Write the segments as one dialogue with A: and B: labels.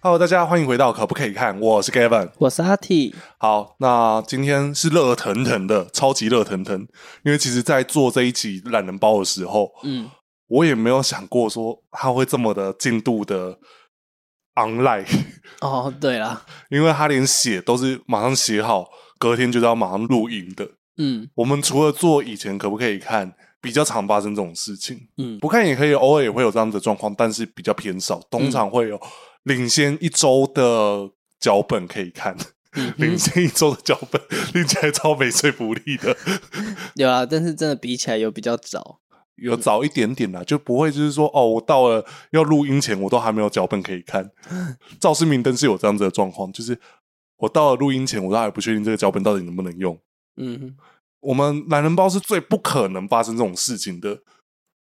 A: Hello，大家欢迎回到可不可以看？我是 Gavin。
B: 我是阿 T，
A: 好，那今天是热腾腾的，超级热腾腾。因为其实，在做这一集懒人包的时候，
B: 嗯，
A: 我也没有想过说它会这么的进度的 online，
B: 哦，对啦，
A: 因为它连写都是马上写好，隔天就是要马上录音的。
B: 嗯
A: 我们除了做以前可不可以看，比较常发生这种事情。
B: 嗯，
A: 不看也可以，偶尔也会有这样子的状况，但是比较偏少。通常会有领先一周的脚本可以看，
B: 嗯
A: 领先一周的脚本 听起来超没说服力的，
B: 有啦，但是真的比起来有比较早，
A: 有早一点点啦，就不会就是说哦，我到了要录音前，我都还没有脚本可以看。赵世明灯是有这样子的状况，就是我到了录音前，我都还不确定这个脚本到底能不能用。
B: 嗯，
A: 我们懒人包是最不可能发生这种事情的，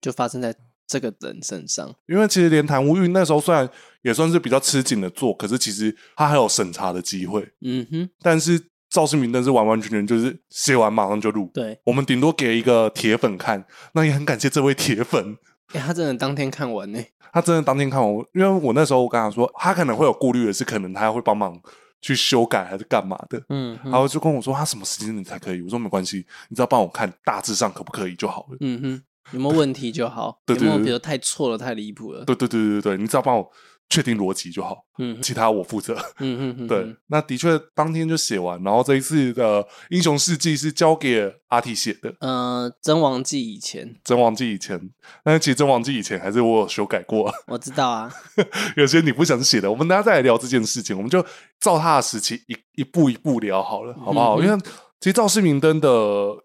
B: 就发生在这个人身上，
A: 因为其实连谭无欲那时候虽然也算是比较吃紧的做，可是其实他还有审查的机会。
B: 嗯哼，
A: 但是赵世明灯是完完全全就是写完马上就录，
B: 对，
A: 我们顶多给一个铁粉看，那也很感谢这位铁粉，
B: 哎、他真的当天看完呢、
A: 他真的当天看完我，因为我那时候我跟他说，他可能会有顾虑的是，可能他会帮忙去修改还是干嘛的，
B: 嗯哼
A: 然后就跟我说他什么时间你才可以，我说没关系，你只要帮我看大致上可不可以就好了。
B: 嗯哼，有没有问题就好，
A: 对对
B: 有没有
A: 对
B: 比如太错了、太离谱了，
A: 对对对对对，你只要帮我确定逻辑就好，
B: 嗯
A: 其他我负责。
B: 嗯哼哼，
A: 对，那的确当天就写完，然后这一次的英雄事迹是交给阿 T 写的，《
B: 嗯，呃，真王记以前
A: 真王记》以前，但其实《真王记》以前还是我有修改过，
B: 我知道啊，
A: 有些你不想写的，我们大家再来聊这件事情，我们就照他的时期一一步一步聊好了，好不好？
B: 嗯哼
A: 因为其实赵世明灯的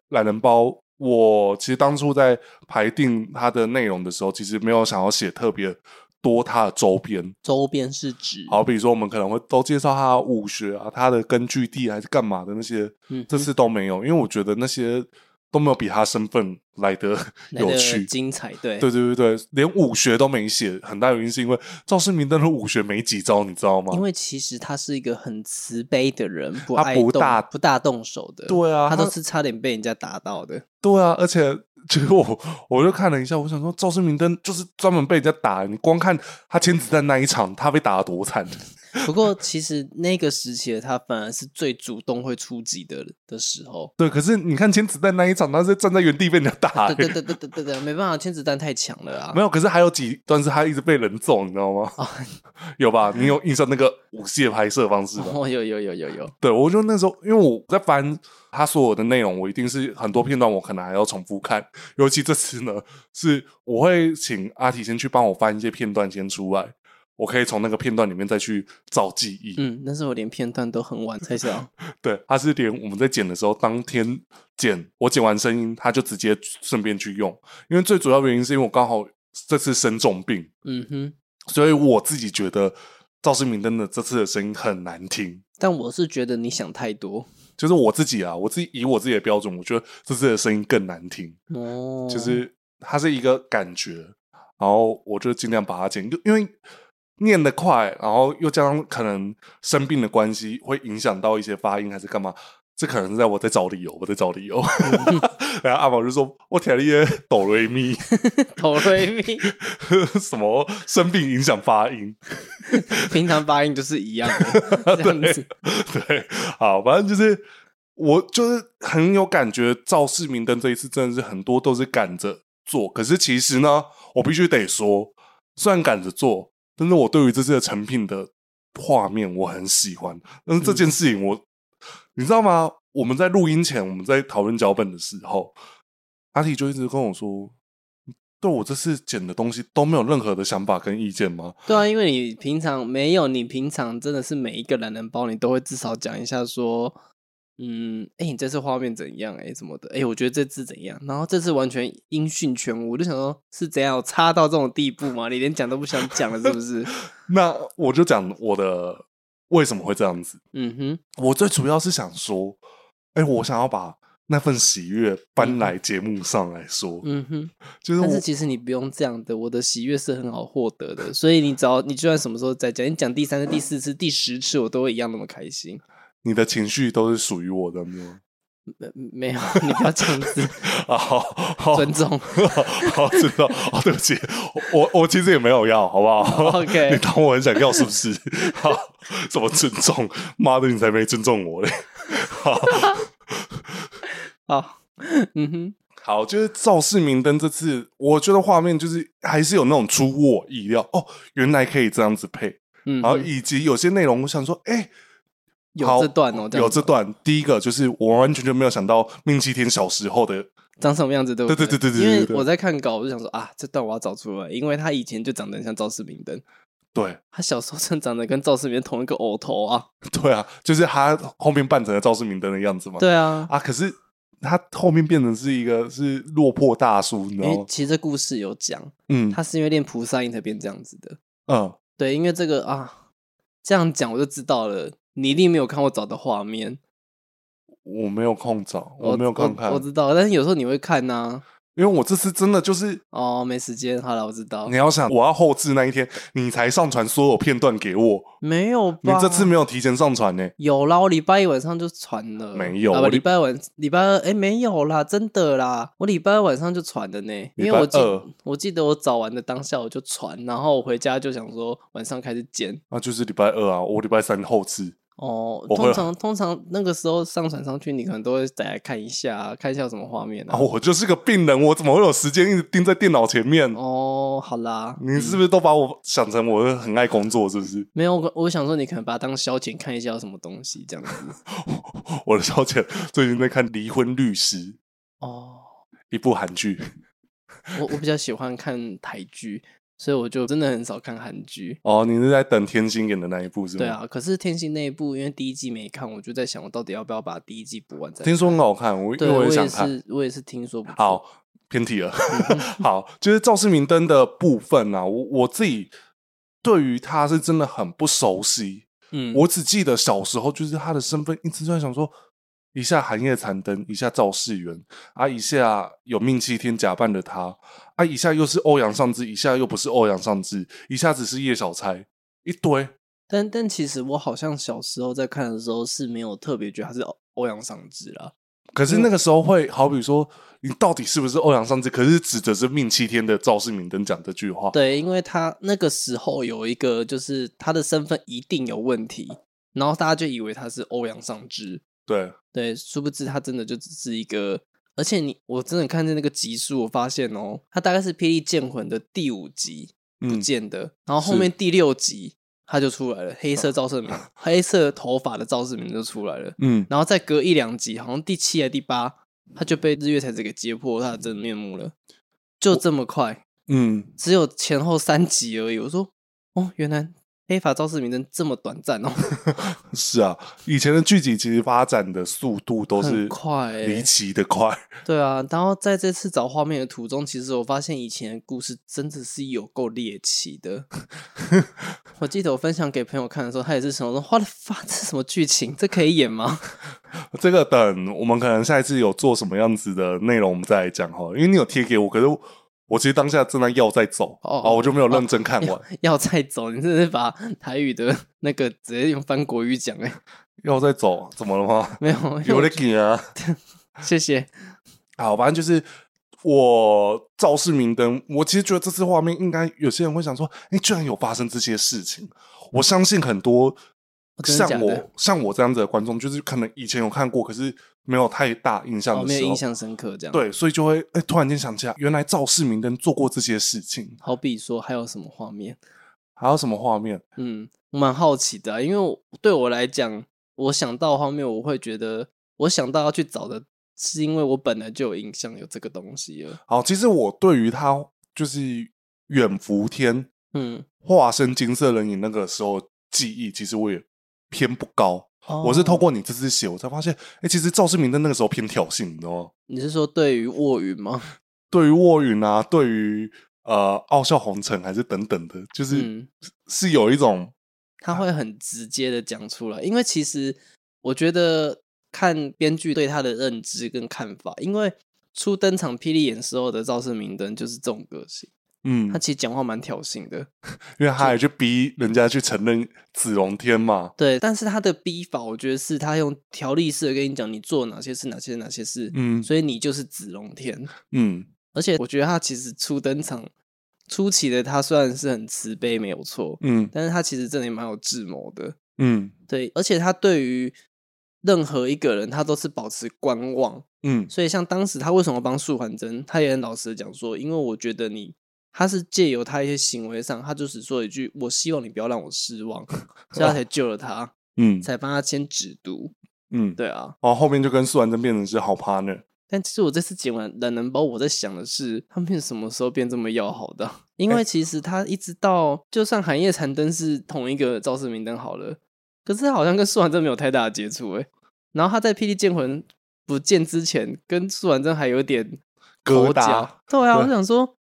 A: 懒人包。我其实当初在排定它的内容的时候，其实没有想要写特别多它的周边，
B: 周边是指，
A: 好比说我们可能会都介绍它的武学啊、它的根据地还是干嘛的那些
B: 嗯哼，
A: 这次都没有，因为我觉得那些都没有比他身份来的
B: 来得
A: 有趣。
B: 精彩，对，
A: 对对对对，连武学都没写，很大原因是因为赵世明登的武学没几招，你知道吗
B: 因？为其实他是一个很慈悲的人，不
A: 他
B: 爱
A: 不
B: 动
A: 大
B: 不大动手的，
A: 对啊
B: 他
A: 他
B: 都是差点被人家打到的。
A: 对啊，而且结果我我就看了一下，我想说赵世明登就是专门被人家打，你光看他签子弹那一场，他被打得多惨。
B: 不过其实那个时期的他反而是最主动会出击的的时候。
A: 对，可是你看签子弹那一场，他是站在原地被人家打、欸
B: 对对对对对对对，没办法，千子弹太强了啊
A: 啊没！有，可是还有几段是他一直被人揍，你知道
B: 哦
A: 吗？ 有吧？你有印象那个武戏的拍摄方式吧？
B: 哦，有有有有 有，
A: 对，我就那时候，因为我在翻他所有的内容，我一定是很多片段，我可能还要重复看。尤其这次呢，是我会请阿提先去帮我翻一些片段先出来，我可以从那个片段里面再去找记忆。
B: 嗯，但是我连片段都很晚才想，
A: 对，他是连我们在剪的时候，当天剪，我剪完声音，他就直接顺便去用。因为最主要原因是因为我刚好这次生重病，
B: 嗯哼。
A: 所以我自己觉得赵世明真的这次的声音很难听。
B: 但我是觉得你想太多
A: 就是我自己啊，我自己以我自己的标准，我觉得这次的声音更难听，
B: 哦，
A: 就是它是一个感觉，然后我就尽量把它剪，就因为念得快，然后又加上可能生病的关系，会影响到一些发音还是干嘛。这可能是在我在找理由，我在找理由。 然后阿毛就说：“我天了耶，哆瑞咪，
B: 头 瑞咪，
A: 什么生病影响发音？
B: 平常发音就是一样的这样子。
A: 对，好，反正就是我就是很有感觉，赵世明灯这一次真的是很多都是赶着做，可是其实呢，我必须得说，虽然赶着做，但是我对于这次的成品的画面我很喜欢，但是这件事情我、你知道吗？我们在录音前，我们在讨论脚本的时候，阿体就一直跟我说。对我这次剪的东西都没有任何的想法跟意见吗？
B: 对啊，因为你平常没有，你平常真的是每一个懒人包，你都会至少讲一下说，嗯，哎、你这次画面怎样、哎，什么的，哎、我觉得这次怎样，然后这次完全音讯全无，我就想说是怎样有差到这种地步吗？你连讲都不想讲了，是 不是？
A: 那我就讲我的为什么会这样子。
B: 嗯哼，
A: 我最主要是想说，哎、我想要把那份喜悦搬来节目上来说，
B: 嗯哼，
A: 就是
B: 但
A: 我
B: 是其实你不用这样的，我的喜悦是很好获得的，所以你只要你就算什么时候再讲，你讲第三次、第四次、第十次，我都会一样那么开心。
A: 你的情绪都是属于我的吗？
B: 没没有，你不要这 样子，
A: 啊，好，好，
B: 尊重
A: 好，知道。哦，对不起，我我其实也没有要，好不好
B: OK
A: 哦 你当我很想要是不是？ 好，怎么尊重？妈的，你才没尊重我嘞！好，
B: 好，嗯哼，
A: 好，就是肇事明灯这次，我觉得画面就是还是有那种出乎我意料哦，原来可以这样子配，
B: 嗯哼，
A: 然后以及有些内容，我想说，哎、
B: 有
A: 好
B: 这段哦这样
A: 有这
B: 子
A: 段。第一个就是我完完全全没有想到命七天小时候的
B: 长什么样子，对不
A: 对
B: 对
A: 对对对对对
B: 因
A: 对
B: 为我在看稿，我就想说啊，这段我要找出来，因为他以前就长得很像赵世明灯，
A: 对
B: 他小时候真的长得跟赵世明同一个偶头啊。
A: 对啊，就是他后面扮成了肇事明灯的样子嘛。
B: 对啊，
A: 啊，可是他后面变成是一个是落魄大叔，你知
B: 因
A: 道
B: 为
A: 吗？
B: 其实这故事有讲，
A: 嗯
B: 他是因为练菩萨音才变这样子的。
A: 嗯，
B: 对，因为这个啊，这样讲我就知道了，你一定没有看我找的画面，
A: 我没有空找，我没有空看
B: 我，知道，但是有时候你会看呐、
A: 因为我这次真的就是。
B: 哦，没时间，好了，我知道
A: 你，要想，我要后置那一天，你才上传所有片段给我。
B: 没有
A: 你
B: 吧？
A: 这次没有提前上传呢、
B: 有啦，我礼拜一晚上就传了，
A: 没有
B: 啊
A: 我
B: 不
A: 礼
B: 礼拜晚礼拜二，哎、没有啦，真的啦，我礼拜二晚上就传的呢，因
A: 礼
B: 为
A: 拜
B: 我记
A: 二
B: 我记得我早完的当下我就传，然后我回家就想说晚上开始剪，
A: 那就是礼拜二啊，我礼拜三后置。
B: 哦，
A: 我会
B: 通常通常那个时候上传上去，你可能都会再来看一下，看一下有什么画面
A: 啊，
B: 啊。
A: 我就是个病人，我怎么会有时间一直盯在电脑前面？
B: 哦，好啦，
A: 你是不是都把我想成我很爱工作？是不是？
B: 没有，我我想说你可能把它当消遣看一下有什么东西这样子。
A: 我的消遣最近在看《离婚律师》
B: 哦，
A: 一部韩剧，
B: 我我比较喜欢看台剧，所以我就真的很少看韩剧。
A: 哦，你是在等天心演的那一部是吗？
B: 对，啊，可是《天心》那一部，因为第一季没看，我就在想，我到底要不要把第一季补完再看？
A: 听说很好看，我因
B: 对，
A: 为
B: 我
A: 也
B: 也
A: 想看。
B: 是，我也是听说不错。
A: 好，偏题了。
B: 嗯
A: 好，就是《赵世明灯》的部分啊，我我自己对于他是真的很不熟悉，
B: 嗯，
A: 我只记得小时候就是他的身份一直在想说。一下寒夜残灯，一下赵世元，啊，一下有命七天假扮的他，啊，一下又是欧阳尚志，一下又不是欧阳尚志，一下子是叶小钗，一堆，
B: 但但其实我好像小时候在看的时候是没有特别觉得它是欧欧阳尚志啦。
A: 可是那
B: 嗯
A: 个时候会好比说，你到底是不是欧阳尚志？可是指的是命七天的赵世明登讲这句话。
B: 对，因为他那个时候有一个，就是他的身份一定有问题，然后大家就以为他是欧阳尚志，
A: 对
B: 对，殊不知他真的就只是一个。而且你，我真的看见那个集数，我发现哦，他大概是《霹雳剑魂》的第五集不
A: 嗯，
B: 见的，然后后面第六集他就出来了，黑色赵世明，黑色头发的赵世明就出来了，
A: 嗯，
B: 然后再隔一两集，好像第七还第八，他就被日月才子给揭破他的真面目了，就这么快。
A: 嗯，
B: 只有前后三集而已。我说，哦，原来黑发赵世明真这么短暂哦，
A: 是啊，以前的剧集其实发展的速度都是
B: 很快欸
A: 离奇的快。
B: 对啊。然后在这次找画面的途中，其实我发现以前的故事真的是有够猎奇 的。我记得我分享给朋友看的时候，他也是想说，花了发这是什么剧情？这可以演吗？
A: 这个等我们可能下一次有做什么样子的内容，我们再来讲哈。因为你有贴给我，可是我我其实当下正在要在走，
B: 哦
A: 哦，我就没有认真看 完。
B: 要再走，你真的是把台语的那个直接用翻国语讲哎、
A: 要在走，怎么了 吗？
B: 没有，
A: 有的给啊。
B: 谢谢。
A: 好，反正就是我肇事明灯。我其实觉得这次画面，应该有些人会想说：“哎、居然有发生这些事情。”我相信很多
B: 哦真的
A: 像
B: 假的
A: 我、像我这样子的观众，就是可能以前有看过，可是没有太大印象
B: 哦，
A: 的
B: 没
A: 时
B: 有
A: 候，
B: 印象深刻这样。，
A: 对，所以就会哎、突然间想起来，原来肇事明灯做过这些事情。
B: 好比说还有什么画面？
A: 还有什么画面？
B: 嗯，我蛮好奇的啊、因为我对我来讲，我想到方面，我会觉得我想到要去找的，是因为我本来就有印象有这个东西了。
A: 好，其实我对于他就是远福天
B: 嗯，
A: 化身金色人影那个时候记忆，其实我也偏不高。我是透
B: 哦
A: 过你这次写，我才发现，哎、其实赵世明在那个时候偏挑衅，你知道吗？
B: 你是说对于卧云吗？
A: 对于卧云啊，对于呃傲笑红尘还是等等的， 就是、啊
B: 嗯
A: 是有一种
B: 他会很直接的讲出来，因为其实我觉得看编剧对他的认知跟看法，因为初登场霹雳眼时候的赵世明灯就是这种个性，
A: 嗯
B: 他，其实讲话蛮挑衅的，
A: 因为他还去逼人家去承认子龙天嘛，
B: 对。但是他的逼法，我觉得是他用条例式的跟你讲，你做哪些事，哪些哪些事，
A: 嗯
B: 所以你就是子龙天。
A: 嗯
B: 而且我觉得他其实初登场初期的他虽然是很慈悲没有错，
A: 嗯
B: 但是他其实真的也蛮有智谋的，
A: 嗯
B: 对。而且他对于任何一个人，他都是保持观望，
A: 嗯
B: 所以像当时他为什么帮素还真，他也很老实的讲说，因为我觉得你。他是借由他一些行为上，他就只说一句“我希望你不要让我失望”，所以他才救了他，
A: 嗯
B: 才帮他先止毒。
A: 嗯，
B: 对啊，
A: 然后后面就跟苏完真变成是好 partner，
B: 但其实我这次剪完懒人包，我在想的是，他们什么时候变这么要好的 啊？因
A: 哎
B: 为其实他一直到，就算寒夜残灯是同一个肇事明灯好了，可是他好像跟素还真没有太大的接触诶、然后他在霹雳剑魂不见之前，跟素还真还有点
A: 疙
B: 口角
A: 瘩，。
B: 对啊，
A: 对
B: 我想说，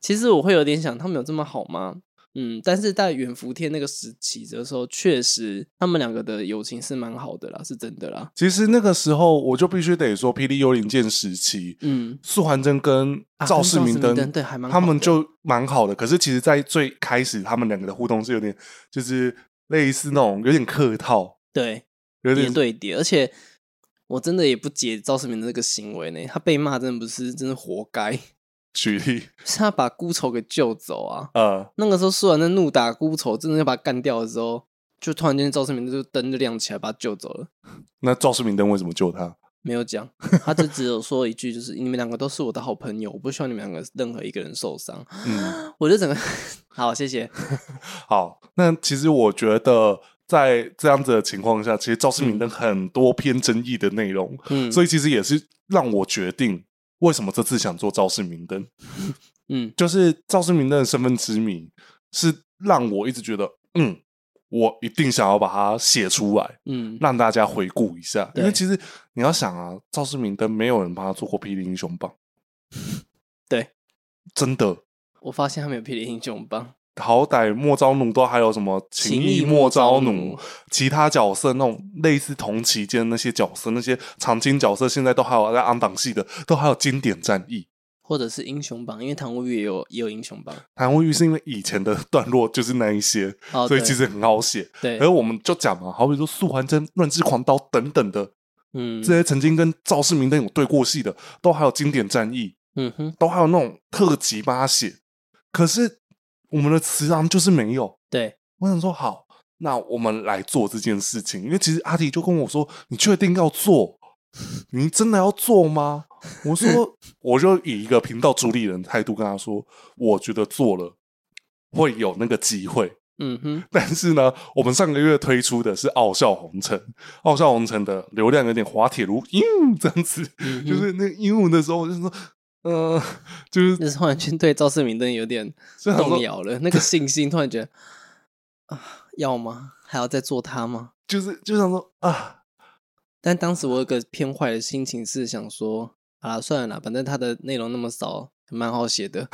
B: 其实我会有点想，他们有这么好吗？嗯，但是在远福天那个时期的时候，确实他们两个的友情是蛮好的啦，是真的啦。
A: 其实那个时候我就必须得说，《霹雳幽灵剑》时期，
B: 嗯，
A: 素还真跟
B: 啊
A: 赵
B: 跟
A: 世
B: 赵
A: 明
B: 世
A: 灯，
B: 明灯对还蛮
A: 他
B: 好
A: 们
B: 的
A: 就蛮好的。可是其实，在最开始，他们两个的互动是有点，就是类似那种有点客套，
B: 对，
A: 有
B: 叠
A: 点
B: 嗯对叠，而且我真的也不解赵世明的这个行为呢，他被骂真的不是真的活该，
A: 举例，
B: 是他把孤愁给救走啊。
A: 呃，
B: 那个时候苏然在怒打孤愁，真的要把他干掉的时候，就突然间赵世明就灯就亮起来，把他救走了。
A: 那赵世明灯为什么救他？
B: 没有讲，他就只有说一句，就是你们两个都是我的好朋友，我不希望你们两个任何一个人受伤。
A: 嗯，
B: 我就整个 好，谢谢。
A: 好，那其实我觉得。在这样子的情况下，其实赵世明灯很多偏争议的内容，
B: 嗯，
A: 所
B: 以
A: 以其实也是让我决定为什么这次想做赵世明灯。
B: 嗯
A: 就是赵世明的身份之谜，是让我一直觉得，嗯，我一定想要把它写出来，
B: 嗯，
A: 让大家回顾一下。因
B: 对
A: 为其实你要想啊，赵世明灯没有人帮他做过霹雳英雄榜，
B: 对
A: 真的，
B: 我发现他没有霹雳英雄棒，
A: 好歹莫昭奴都还有什么情义莫昭
B: 情义莫
A: 奴
B: 昭奴，
A: 其他角色那种类似同期间那些角色，那些常青角色，现在都还有在安档戏的，都还有经典战役。
B: 或者是英雄榜，因为唐无玉也有也有英雄榜。
A: 谭无欲是因为以前的段落就是那一些，
B: 哦，
A: 所以
B: 对
A: 其实很好写。
B: 对
A: 而，我们就讲嘛，好比说素还真、乱世狂刀等等的
B: 嗯
A: 这些曾经跟赵世明灯有对过戏的，都还有经典战役，
B: 嗯哼，
A: 都还有那种特辑帮他写。可是我们的词昂就是没有。
B: 对，
A: 我想说，好，那我们来做这件事情，因为其实阿迪就跟我说：“你确定要做？你真的要做吗？”我说，我就以一个频道主理人态度跟他说：“我觉得做了会有那个机会。”
B: 嗯哼，
A: 但是呢，我们上个月推出的是《傲笑红尘》，《傲笑红尘》的流量有点滑铁卢，嗯，这样子，
B: 嗯哼
A: 就是那英文的时候，我就说，呃，就是
B: 那是突然间对赵世明灯有点
A: 就想
B: 动
A: 说，
B: 摇了，那个信心突然觉得啊，要吗？还要再做他吗？
A: 就是就想说啊，
B: 但当时我有个偏坏的心情是想说，啊，算了啦，反正他的内容那么少，蛮好写 的，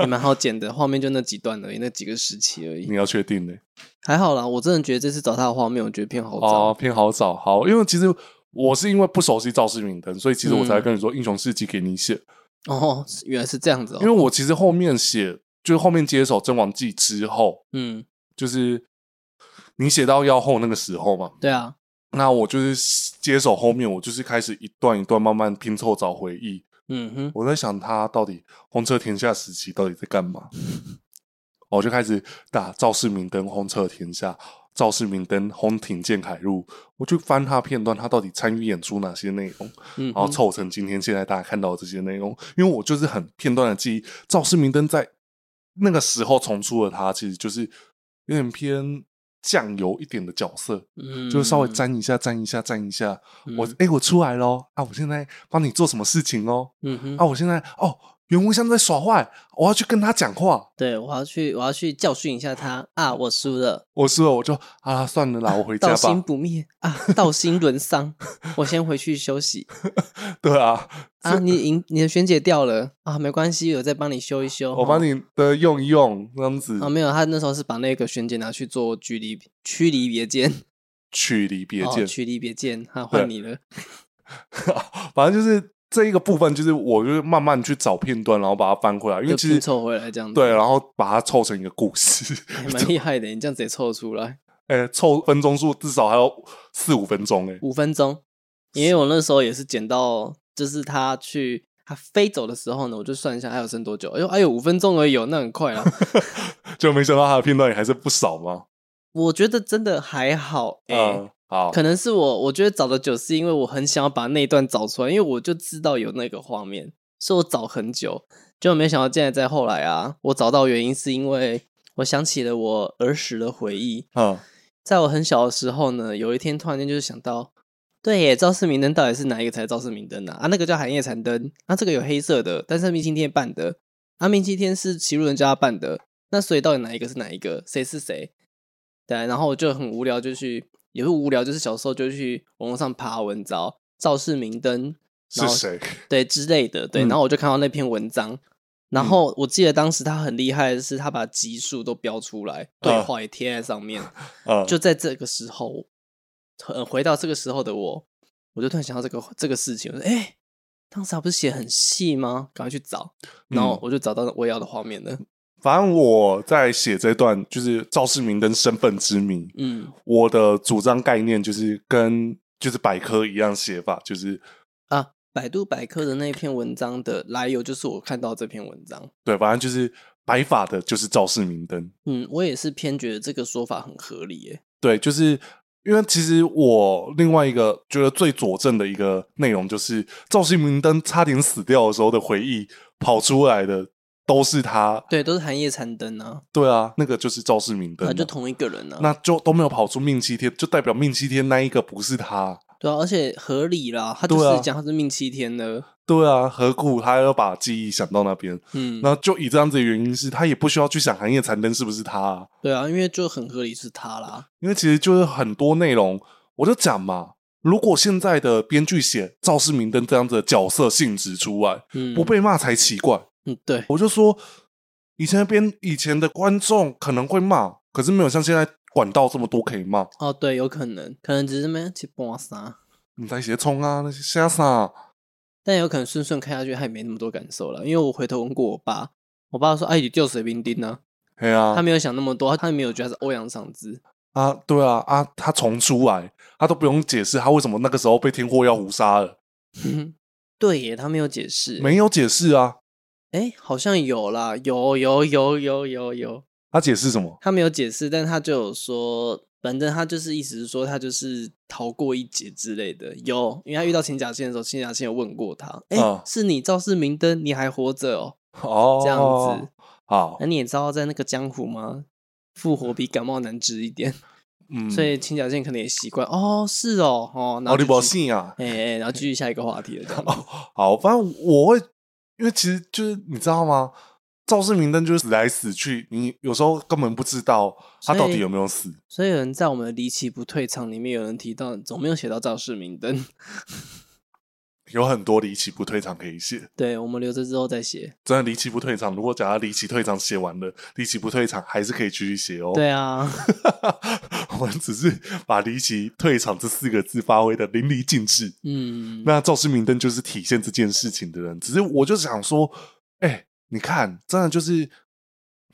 B: 也蛮好剪的，画面就那几段而已，那几个时期而已
A: 你，要确定呢、
B: 还好啦。我真的觉得这次找他的画面，我觉得偏好找。
A: 哦，偏好找好，因为其实我是因为不熟悉赵世明灯，所以其实我才
B: 嗯
A: 跟你说《英雄事迹》给你写，
B: 哦，是原来是这样子哦。
A: 因为我其实后面写，就是后面接手《真王记》之后，
B: 嗯，
A: 就是你写到要后那个时候嘛，
B: 对啊，
A: 那我就是接手后面，我就是开始一段一段慢慢拼凑找回忆。
B: 嗯哼，
A: 我在想他到底红车天下时期到底在干嘛？我就开始打赵世明灯红车天下，赵世明灯红挺剑海路，我去翻他片段，他到底参与演出哪些内容，
B: 嗯
A: 然后
B: 哼，
A: 凑成今天现在大家看到的这些内容。因为我就是很片段的记忆，赵世明灯在那个时候重出了他，其实就是有点偏酱油一点的角色。
B: 嗯
A: 就稍微沾一下，沾一下，沾一下。我
B: 嗯
A: 哎、我出来喽！啊，我现在帮你做什么事情哦？
B: 嗯哼
A: 啊，，我现在哦，袁无相在耍坏，我要去跟他讲话。
B: 对，我要去，我要去教训一下他啊！我输了，
A: 我输了，我就啊，算了啦，我回
B: 道
A: 家
B: 心
A: 吧。
B: 不灭啊，道心沦丧，我先回去休息
A: 对啊，
B: 啊！你赢，你的璇姐掉了啊，没关系，我再帮你修一修。
A: 我帮
B: 哈
A: 你的用一用，这样子
B: 啊，没有，他那时候是把那个璇姐拿去做距离驱离别剑，
A: 曲离别
B: 哦，
A: 见。
B: 驱离别剑，啊，
A: 对
B: 换你了，
A: 反正就是这一个部分，就是我就是慢慢去找片段，然后把它翻回来，因为
B: 就
A: 其
B: 拼
A: 实
B: 凑回来这样子，
A: 对，然后把它凑成一个故事，
B: 还蛮厉害的。你这样子也凑得出来
A: 哎、凑分钟数至少还有四五分钟哎、
B: 五分钟，因为我那时候也是捡到，就是他去他飞走的时候呢，我就算一下还有剩多久，哎呦哎呦，五分钟而已哦，那很 快啦。
A: 就没想到它的片段也还是不少嘛。
B: 我觉得真的还好哎、
A: 嗯，好，
B: 可能是我，我觉得找的久是因为我很想要把那一段找出来，因为我就知道有那个画面，所以我找很久，就没想到竟然在后来啊，我找到原因是因为我想起了我儿时的回忆，
A: 嗯，
B: 在我很小的时候呢，有一天突然间就是想到，对耶，赵氏明灯到底是哪一个才是赵氏明灯呢、啊？那个叫寒夜残灯，啊，这个有黑色的，但是明信天办的，啊，明信天是齐路人家办的，那所以到底哪一个是哪一个，谁是谁？对，啊然后我就很无聊，就去，也是无聊，就是小时候就去网络上爬文找赵氏明灯，
A: 是谁？
B: 对之类的，对，
A: 嗯
B: 然后我就看到那篇文章，然后我记得当时他很厉害的是，他把集数都标出来，对
A: 啊
B: 话也贴在上面。
A: 嗯，
B: 就在这个时候，呃，回到这个时候的我，我就突然想到这个这个事情，我说，哎、当时他不是写很细吗？赶快去找，然后
A: 嗯
B: 我就找到我要的画面了。
A: 反正我在写这段就是赵世明跟身份之谜，
B: 嗯
A: 我的主张概念就是跟就是百科一样写法，就是
B: 啊，百度百科的那篇文章的来由就是我看到这篇文章。
A: 对，反正就是白发的就是赵世明灯。
B: 嗯，我也是偏觉得这个说法很合理耶。
A: 对，就是因为其实我另外一个觉得最佐证的一个内容，就是赵世明灯差点死掉的时候的回忆跑出来的都是他。
B: 对，都是寒夜残灯啊，
A: 对啊，那个就是赵世明灯
B: 啊，
A: 啊、
B: 就同一个人啊。
A: 那就都没有跑出命七天，就代表命七天那一个不是他。
B: 对啊，而且合理啦，他就
A: 对啊
B: 是讲他是命七天的。
A: 对啊，何苦他要把记忆想到那边？
B: 嗯，
A: 那就以这样子的原因是，他也不需要去想寒夜残灯是不是他、啊，
B: 对啊，因为就很合理是他啦。
A: 因为其实就是很多内容，我就讲嘛，如果现在的编剧写赵世明灯这样子的角色性质出来，
B: 嗯，
A: 不被骂才奇怪。
B: 嗯对，
A: 我就说，以前的编以前的观众可能会骂，可是没有像现在管道这么多可以骂。
B: 哦，对，有可能，可能只是没去蹦啥，
A: 你在写冲啊，那些瞎啥，
B: 但有可能顺顺看下去，他也没那么多感受了。因为我回头问过我爸，我爸说：“哎、你就水冰丁呢、
A: 哎呀、
B: 他没有想那么多，他也没有觉得是欧阳赏之。
A: 啊，对啊，啊，他重出来，他都不用解释他为什么那个时候被天祸要胡杀了，
B: 对耶，他没有解释。
A: 没有解释啊。
B: 哎、好像有啦，有有有有有有，
A: 他解释什么？
B: 他没有解释，但他就有说，反正他就是意思是说他就是逃过一劫之类的。有，因为他遇到秦假仙的时候，秦假仙有问过他：“哎、
A: 嗯
B: 是你赵世明灯，你还活着哦？”
A: 哦，
B: 这样子。
A: 好
B: 那，你也知道，在那个江湖嘛，复活比感冒难治一点，
A: 嗯，
B: 所以清矫健可能也习惯。哦，是哦，哦，然
A: 奥
B: 后
A: 利
B: 就
A: 博
B: 继续，
A: 信哦啊，
B: 哎哎，然后继续下一个话题了。这样
A: 好，反正我会，因为其实就是你知道吗？赵世明灯就是死来死去，你有时候根本不知道他到
B: 所
A: 底
B: 以
A: 有没有死。
B: 所以有人在我们的离奇不退场里面有人提到，总没有写到赵世明灯，
A: 有很多离奇不退场可以写，
B: 对我们留着之后再写。
A: 真的离奇不退场。如果假如离奇退场写完了，离奇不退场还是可以继续写哦。
B: 对啊，
A: 我们只是把离奇退场这四个字发挥的淋漓尽致。
B: 嗯，
A: 那赵世明灯就是体现这件事情的人，只是我就想说，哎、你看，真的就是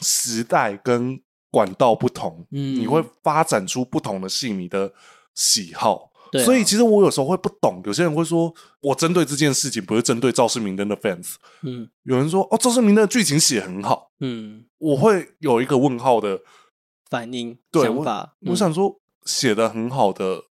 A: 时代跟管道不同，
B: 嗯
A: 你会发展出不同的戏迷的喜好。
B: 对啊
A: 所以其实我有时候会不懂，有些人会说我针对这件事情不是针对赵世明灯的 fans，
B: 嗯
A: 有人说哦，赵世明灯的剧情写很好，
B: 嗯，
A: 我会有一个问号的，
B: 反应
A: 对
B: 想法，
A: 我
B: 嗯
A: 想说写的很好的，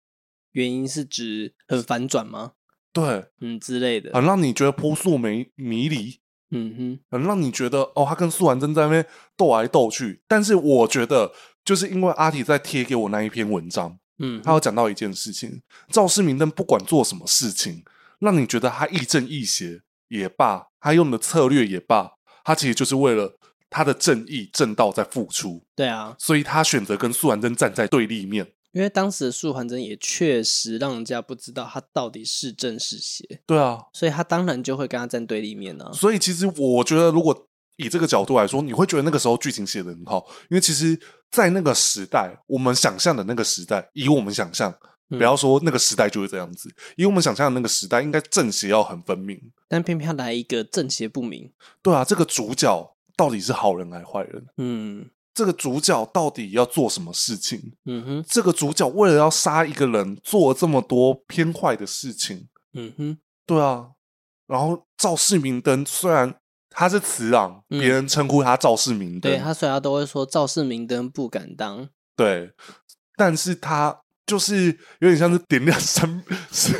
B: 原因是指很反转吗？
A: 对，
B: 嗯之类的。
A: 很让你觉得扑朔迷迷离，
B: 嗯哼，
A: 很让你觉得哦，他跟素还真在那边斗来斗去。但是我觉得，就是因为阿体在贴给我那一篇文章，
B: 嗯
A: 他有讲到一件事情：赵世明灯不管做什么事情，让你觉得他亦正亦邪也罢，他用的策略也罢，他其实就是为了他的正义正道在付出，
B: 对啊，
A: 所以他选择跟素还真站在对立面。
B: 因为当时的素还真也确实让人家不知道他到底是正是邪，
A: 对啊，
B: 所以他当然就会跟他站对立面啊。
A: 所以其实我觉得，如果以这个角度来说，你会觉得那个时候剧情写的很好，因为其实，在那个时代，我们想象的那个时代，以我们想象，
B: 嗯
A: 不要说那个时代就是这样子，因为我们想象的那个时代应该正邪要很分明。
B: 但偏偏要来一个正邪不明，
A: 对啊，这个主角到底是好人还是坏人？
B: 嗯
A: 这个主角到底要做什么事情？
B: 嗯哼
A: 这个主角为了要杀一个人，做了这么多偏坏的事情。
B: 嗯哼，
A: 对啊，然后赵世明灯虽然他是慈昂，
B: 嗯
A: 别人称呼他赵世明灯，
B: 对他虽然都会说赵氏明灯不敢当，
A: 对，但是他就是有点像是点亮山是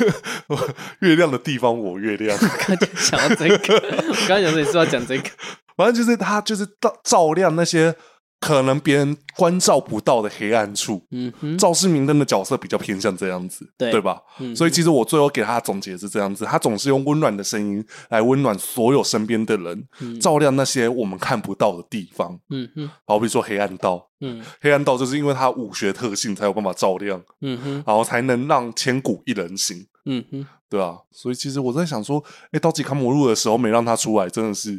A: 月亮的地方，我月亮。
B: 刚刚就想到这个， 我刚刚想说你是不是要讲这个，
A: 反正就是他就是照照亮那些可能别人关照不到的黑暗处。
B: 嗯哼，
A: 赵世明灯的角色比较偏向这样子，
B: 对
A: 吧？
B: 嗯
A: 所以其实我最后给他的总结是这样子：他总是用温暖的声音来温暖所有身边的人，
B: 嗯
A: 照亮那些我们看不到的地方。
B: 嗯哼
A: 好比说黑暗道，
B: 嗯
A: 黑暗道就是因为它武学特性才有办法照亮，
B: 嗯哼
A: 然后才能让千古一人行，
B: 嗯哼，
A: 对啊。所以其实我在想说，哎，刀吉卡姆路的时候没让他出来，真的是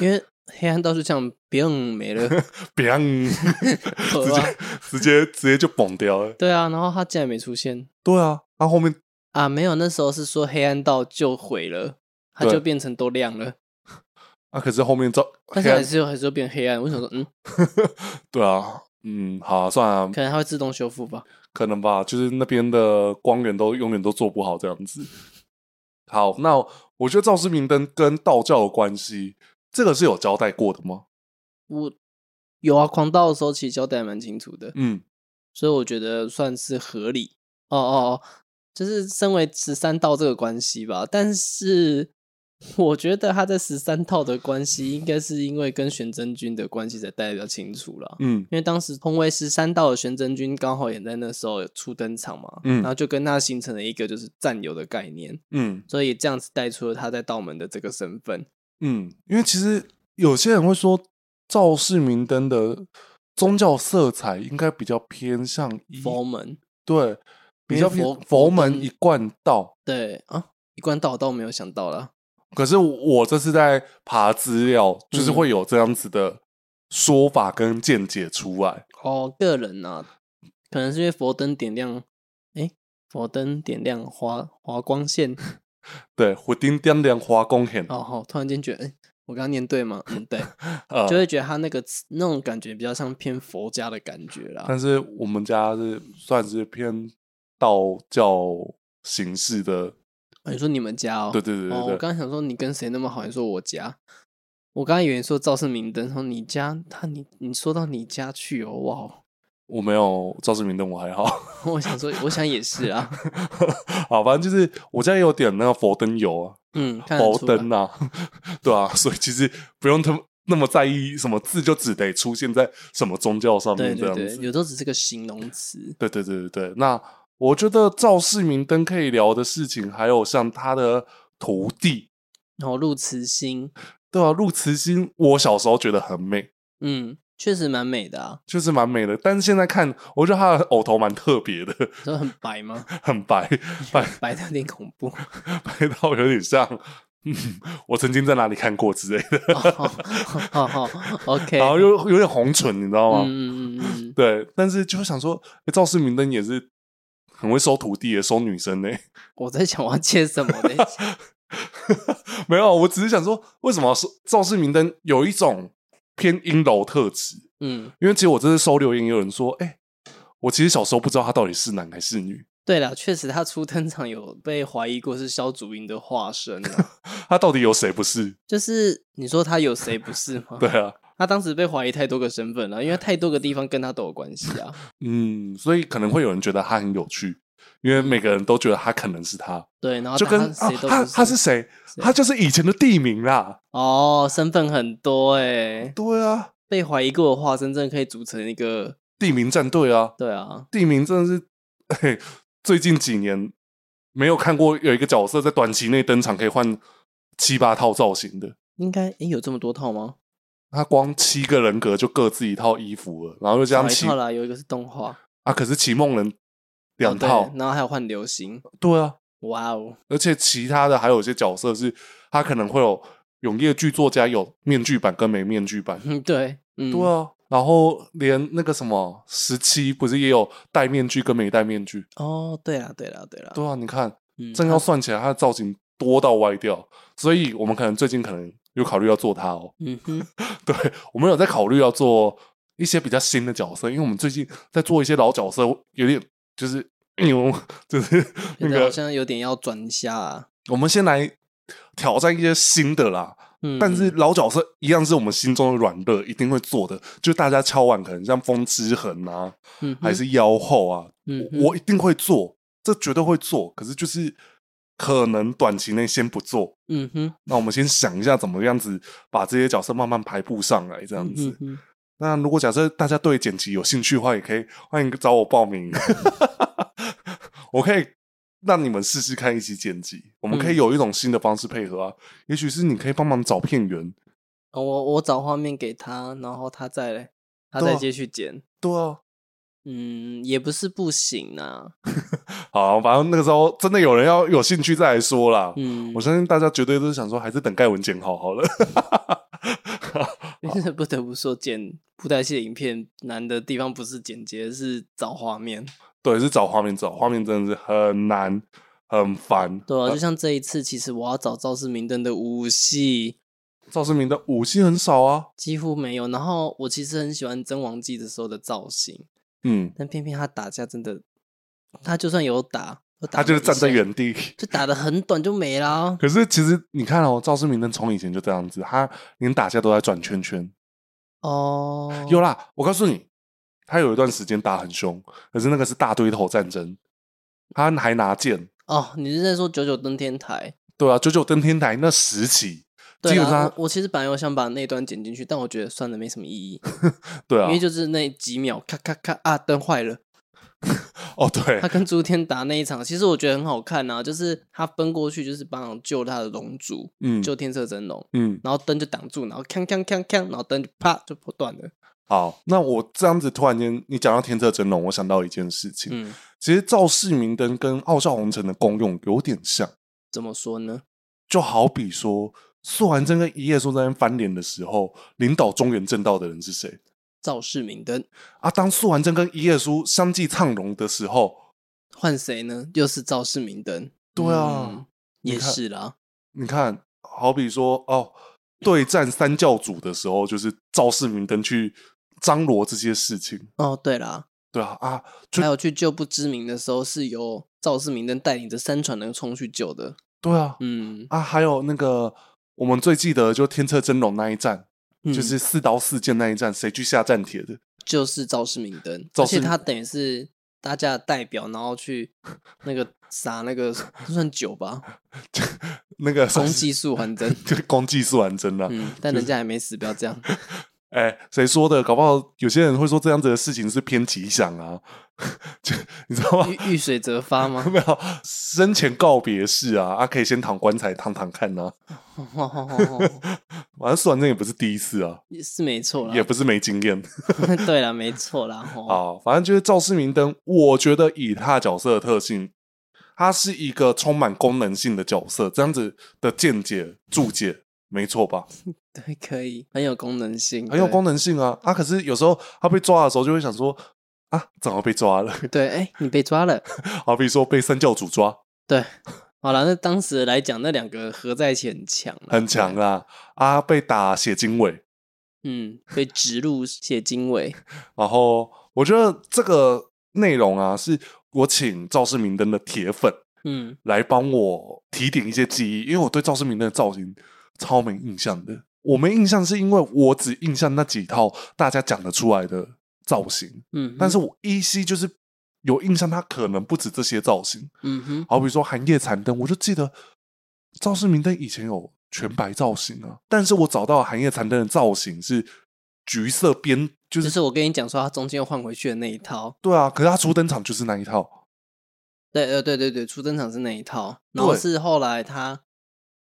B: 因为黑暗道就这样，别人没 了，
A: 别让直接直接直接就崩掉了。
B: 对啊，然后他竟然没出现
A: 对啊，然后后面
B: 啊，没有，那时候是说黑暗道就毁了，它
A: 对
B: 就变成都亮了，
A: 啊，可是后面照
B: 但
A: 黑
B: 是还
A: 暗
B: 是还是会变黑暗，我想说，嗯，
A: 对啊，嗯，好啊、算了、
B: 可能它会自动修复吧，
A: 可能吧，就是那边的光源都永远都做不好这样子。好，那我觉得赵氏明灯跟道教的关系，这个是有交代过的吗？
B: 我有啊，狂道的时候其实交代得蛮清楚的，
A: 嗯，
B: 所以我觉得算是合理。哦哦哦，就是身为十三道这个关系吧，但是 我觉得他在十三道的关系，应该是因为跟玄真君的关系才代表清楚了。
A: 嗯，
B: 因为当时同为十三道的玄真君刚好也在那时候有初登场嘛，
A: 嗯
B: 然后就跟他形成了一个就是战友的概念，
A: 嗯
B: 所以这样子带出了他在道门的这个身份。
A: 嗯，因为其实有些人会说赵氏明灯的宗教色彩应该比较偏向一
B: 佛门
A: 对，比
B: 因为
A: 较偏
B: 佛
A: 佛
B: 佛
A: 门
B: 灯
A: 一贯道。
B: 对啊，一贯道我倒没有想到啦。
A: 可是我这次在爬资料，
B: 嗯
A: 就是会有这样子的说法跟见解出来。
B: 哦，个人呐、啊，可能是因为佛灯点亮，哎，佛灯点亮华华光线，
A: 对，火丁点点华公很
B: 哦好，突然间觉得，哎，我刚刚念对吗？嗯，对，
A: 呃
B: 就，会觉得他那个词那种感觉比较像偏佛家的感觉啦。
A: 但是我们家是算是偏道教形式的，
B: 哦你说你们家哦？
A: 对对对
B: 哦，
A: 对
B: 我
A: 对，
B: 刚刚想说你跟谁那么好，你说我家。我刚刚以为你说赵氏明灯，说你家他你你说到你家去哦，哇哦！
A: 我没有赵世明灯，我还好。
B: 我想说，我想也是啊，
A: 好，反正就是我家也有点那个佛灯油啊，
B: 嗯，看得
A: 佛
B: 出来
A: 灯啊，对啊，所以其实不用那么那么在意什么字，就只得出现在什么宗教上
B: 对
A: 面这
B: 对
A: 样子。
B: 对，有时候只是个形容词，
A: 对对对对对，那我觉得赵世明灯可以聊的事情，还有像他的徒弟，
B: 然后入慈心，
A: 对啊，陆慈欣，我小时候觉得很美，
B: 嗯，确实蛮美的啊，
A: 就是蛮美的，但是现在看，我觉得他的偶头蛮特别的，
B: 都很白吗？
A: 很白，白
B: 白的有点恐怖。 哦
A: 白到有点像，嗯，我曾经在哪里看过之类的，
B: 好好好，OK。哦
A: 然后又有点红唇，你知道吗？
B: 嗯嗯嗯嗯嗯，
A: 对，但是就会想说，诶赵世明灯也是很会收徒弟也收女生呢、
B: 我在想我要接什么等一下
A: 没有，我只是想说，为什么说赵世明灯有一种偏阴柔特质？
B: 嗯，
A: 因为其实我这次收留言，也有人说，哎、我其实小时候不知道他到底是男还是女，
B: 对了，确实他初登场有被怀疑过是萧祖英的化身 啊。
A: 他到底有谁不是？
B: 就是你说他有谁不是吗？
A: 对，啊，
B: 他当时被怀疑太多个身份了，因为太多个地方跟他都有关系啊。
A: 嗯，所以可能会有人觉得他很有趣，因为每个人都觉得他可能是他，
B: 对，然后
A: 就跟
B: 他
A: 啊
B: 谁，都
A: 他
B: 不
A: 他是谁？
B: 谁
A: 他就是以前的地名啦。
B: 哦，身份很多哎，
A: 对啊，
B: 被怀疑过的化身真的可以组成一个，
A: 地名战队啊，
B: 对啊，
A: 地名真的是，嘿，最近几年没有看过有一个角色在短期内登场可以换七八套造型的。
B: 应该诶有这么多套吗？
A: 他光七个人格就各自一套衣服了，然后又加
B: 少
A: 上
B: 一
A: 齐
B: 套啦，有一个是动画
A: 啊，可是齐梦人两
B: 哦对
A: 套，
B: 然后还有换流行，
A: 对啊，
B: 哇哦，
A: 而且其他的还有一些角色是他可能会有永夜剧作家有面具版跟没面具版，
B: 嗯，对，嗯，
A: 对啊，然后连那个什么时期不是也有戴面具跟没戴面具？
B: 哦，对啦，对啦，对啦，
A: 对啊，你看
B: 嗯，
A: 真要
B: 他，
A: 算起来，他的造型多到歪掉，所以我们可能最近可能有考虑要做他哦。
B: 嗯 哼，
A: 对，我们有在考虑要做一些比较新的角色，因为我们最近在做一些老角色，有点就是 牛，就是那
B: 觉得好
A: 个，
B: 像有点要转一下啊。
A: 我们先来挑战一些新的啦。
B: 嗯，
A: 但是老角色一样是我们心中的软肋，一定会做的。就大家敲碗，可能像风之痕啊，
B: 嗯哼
A: 还是妖后啊，
B: 嗯哼
A: 我一定会做，这绝对会做。可是就是可能短期内先不做。
B: 嗯哼
A: 那我们先想一下怎么样子把这些角色慢慢排布上来，这样子。
B: 嗯哼
A: 那如果假设大家对剪辑有兴趣的话，也可以欢迎找我报名， 我可以让你们试试看一起剪辑。我们可以
B: 嗯
A: 有一种新的方式配合啊，也许是你可以帮忙找片源，
B: 哦我我找画面给他，然后他再嘞，他
A: 对
B: 再
A: 啊
B: 接去剪。
A: 对啊，
B: 嗯，也不是不行啊。
A: 好，反正那个时候真的有人要有兴趣再来说啦。
B: 嗯，
A: 我相信大家绝对都是想说，还是等盖文剪好好了。 哦
B: 但是不得不说，剪布袋戏的影片难的地方不是剪接，是找画面。
A: 对，是找画面，找画面真的是很难，很烦。
B: 对啊，就像这一次，其实我要找赵世明灯的武戏
A: 赵世明的武器很少啊，
B: 几乎没有。然后我其实很喜欢《真王记》的时候的造型，
A: 嗯，
B: 但偏偏他打架真的，他就算有打，都打
A: 他就是
B: 了一下
A: 站在，原地。
B: 就打的很短就 没啦。
A: 可是其实你看哦，赵世明灯从以前就这样子，他连打架都在转圈圈。
B: 哦，
A: 有啦，我告诉你，他有一段时间打很凶，可是那个是大堆头战争，他还拿剑。
B: 哦，你是在说九九登天台？
A: 对啊，九九登天台那时期，
B: 对
A: 基本
B: 啦
A: 上，
B: 我我其实本来我想把那段剪进去，但我觉得算了，没什么意义，
A: 对啊
B: 因为，就是那几秒，咔咔咔啊，灯坏了。
A: 哦对
B: 他，跟朱天打那一场，其实我觉得很好看啊，就是他奔过去，就是帮忙救他的龙族，
A: 嗯
B: 救天色真龙，
A: 嗯，
B: 然后灯就挡住，然后锵锵锵锵，然后灯就啪就破断了。
A: 好，那我这样子突然间，你讲到天策真龙，我想到一件事情，
B: 嗯，
A: 其实赵世明灯跟傲笑红尘的功用有点像，
B: 怎么说呢？
A: 就好比说。素还真跟一夜说在那边翻脸的时候，领导中原正道的人是谁？
B: 赵世明灯
A: 啊，当素还真跟一夜书相继唱荣的时候，
B: 换谁呢？又是赵世明灯。
A: 对啊
B: 嗯
A: 你
B: 也
A: 看
B: 是啦。
A: 你看，好比说哦，对战三教主的时候，就是赵世明灯去张罗这些事情，
B: 哦，对啦，
A: 对啊啊，就
B: 还有去救不知名的时候，是由赵世明灯带领着三船人冲去救的。
A: 对啊，
B: 嗯，
A: 啊，还有那个我们最记得就天策真龙那一战，
B: 嗯
A: 就是四刀四剑那一战，谁去下战帖的？
B: 就是赵世明灯，
A: 赵
B: 而
A: 世
B: 且
A: 明
B: 他等于是大家的代表，然后去 那个撒那个这算酒吧，
A: 那个。
B: 攻击素还真
A: 就是攻击素完真了。啊
B: 嗯，但人家还没死，不要 这样。
A: 哎，谁说的？搞不好有些人会说这样子的事情是偏吉祥啊， 就你知道吗？
B: 遇遇水则发吗？
A: 没有生前告别式啊，啊，可以先躺棺材躺躺看呐、反正素完真也不是第一次啊，
B: 也是没错啦
A: 也，不是没经验
B: 对啦，没错 啦。吼，
A: 啊。反正就是赵世明灯，我觉得以他角色的特性，他是一个充满功能性的角色，这样子的见解注解没错吧？
B: 对，可以，很有功能性，
A: 很有
B: 对
A: 功能性啊。啊，可是有时候他被抓的时候，就会想说啊，怎么被抓了？
B: 对，哎、你被抓了。
A: 好比说被三教主抓，
B: 对，好了，那当时来讲，那两个合在一起很强啦，
A: 很强
B: 对。
A: 啦。啊，被打血精尾，
B: 嗯，被植入血精尾。
A: 然后我觉得这个内容啊，是我请赵世明灯的铁粉
B: 嗯，
A: 来帮我提点一些记忆，因为我对赵世明灯的造型超没印象的。我没印象是因为我只印象那几套大家讲得出来的造型，
B: 嗯哼，
A: 但是我依稀就是有印象，它可能不止这些造型。
B: 嗯哼，
A: 好比说寒夜残灯，我就记得赵世明灯以前有全白造型啊，但是我找到寒夜残灯的造型是橘色边，就
B: 就是是我跟你讲说，他中间又换回去的那一套。
A: 对啊，可是他初登场就是那一套，
B: 对，呃，对对对，初登场是那一套，然后
A: 对
B: 是后来他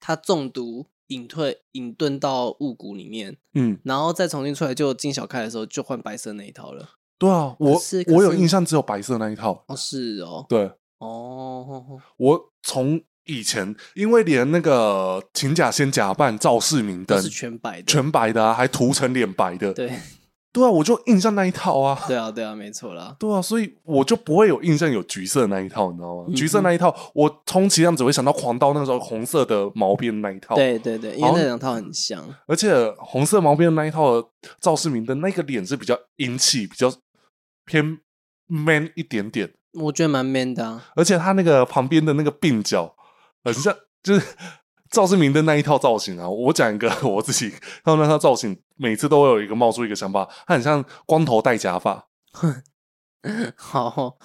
B: 他中毒隐退隐遁到雾谷里面，
A: 嗯，
B: 然后再重新出来就进小开的时候就换白色那一套了。
A: 对啊，我
B: 可是可
A: 我有
B: 是
A: 印象只有白色那一套，
B: 哦，是哦，
A: 对
B: 哦，
A: 我从以前因为连那个秦假仙假扮赵世明
B: 都
A: 灯
B: 是全白的，
A: 全白的啊，还涂成脸白的，
B: 对，
A: 对啊，我就印象那一套啊。
B: 对啊，对啊，没错啦。
A: 对啊，所以我就不会有印象有橘色那一套，你知道吗？
B: 嗯
A: 橘色那一套，我充其量只会想到狂刀那个时候红色的毛边那一套，，
B: 对对对，因 为
A: 好
B: 那两套很像。
A: 而且红色毛边那一套的赵世明的那个脸是比较英气，比较偏 man 一点点，
B: 我觉得蛮 man 的、啊，
A: 而且他那个旁边的那个鬓角，很像就是赵世明的那一套造型啊。我讲一个我自己看到那套造型，每次都会有一个冒出一个想法，他很像光头戴假发，嗯
B: 好，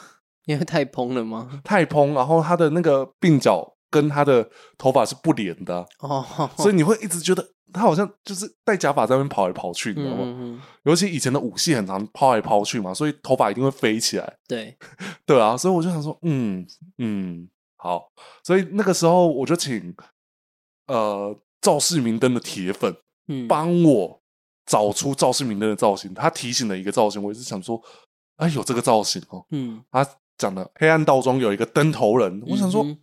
B: 因为太蓬了吗？
A: 太蓬，然后他的那个鬓角跟他的头发是不连的啊、
B: 哦，
A: 所
B: 以
A: 以你会一直觉得他好像就是戴假发在那边跑来跑去，你知道吗？
B: 嗯嗯嗯，
A: 尤其以前的武戏很常抛来抛去嘛，所以头发一定会飞起来。
B: 对，
A: 对啊，所以我就想说，嗯嗯，好。所以那个时候我就请呃赵世明灯的铁粉
B: 嗯，
A: 帮我找出赵世明灯的造型。他提醒了一个造型，我也是想说，哎，有这个造型哦。
B: 嗯，
A: 他讲的黑暗道中有一个灯头人，我想说、
B: 嗯哼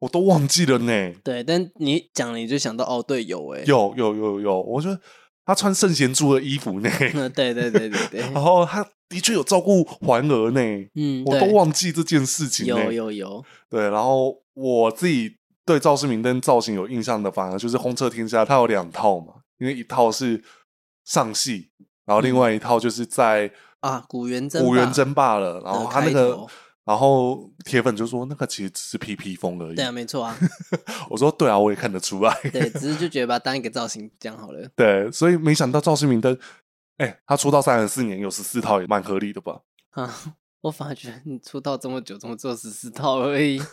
A: 我都忘记了呢。
B: 对，但你讲了你就想到哦，对，有哎、
A: 有有有有，我觉得他穿圣贤珠的衣服呢。
B: 嗯，对对对对对，
A: 然后他的确有照顾环儿呢，
B: 嗯，
A: 哦我都
B: 对
A: 忘记这件事情呢。
B: 有有有，
A: 对，然后我自己对赵世明灯造型有印象的，反而就是《轰彻天下》，它有两套嘛，因为一套是上戏，然后另
B: 嗯
A: 外一套就是在
B: 啊，古元真，
A: 古元，争霸了，然
B: 的
A: 后哦他
B: 开
A: 那个
B: 头。
A: 然后铁粉就说：“那个其实只是 PP 风而已。
B: 对啊，没错啊，
A: 我说：“对啊，我也看得出来。
B: 对，只是就觉得把它当一个造型讲好了，
A: 对，所以没想到赵世明灯，哎，他出道三十四年，有十四套也蛮合理的吧？
B: 啊，我发觉你出道这么久，怎么做十四套而已？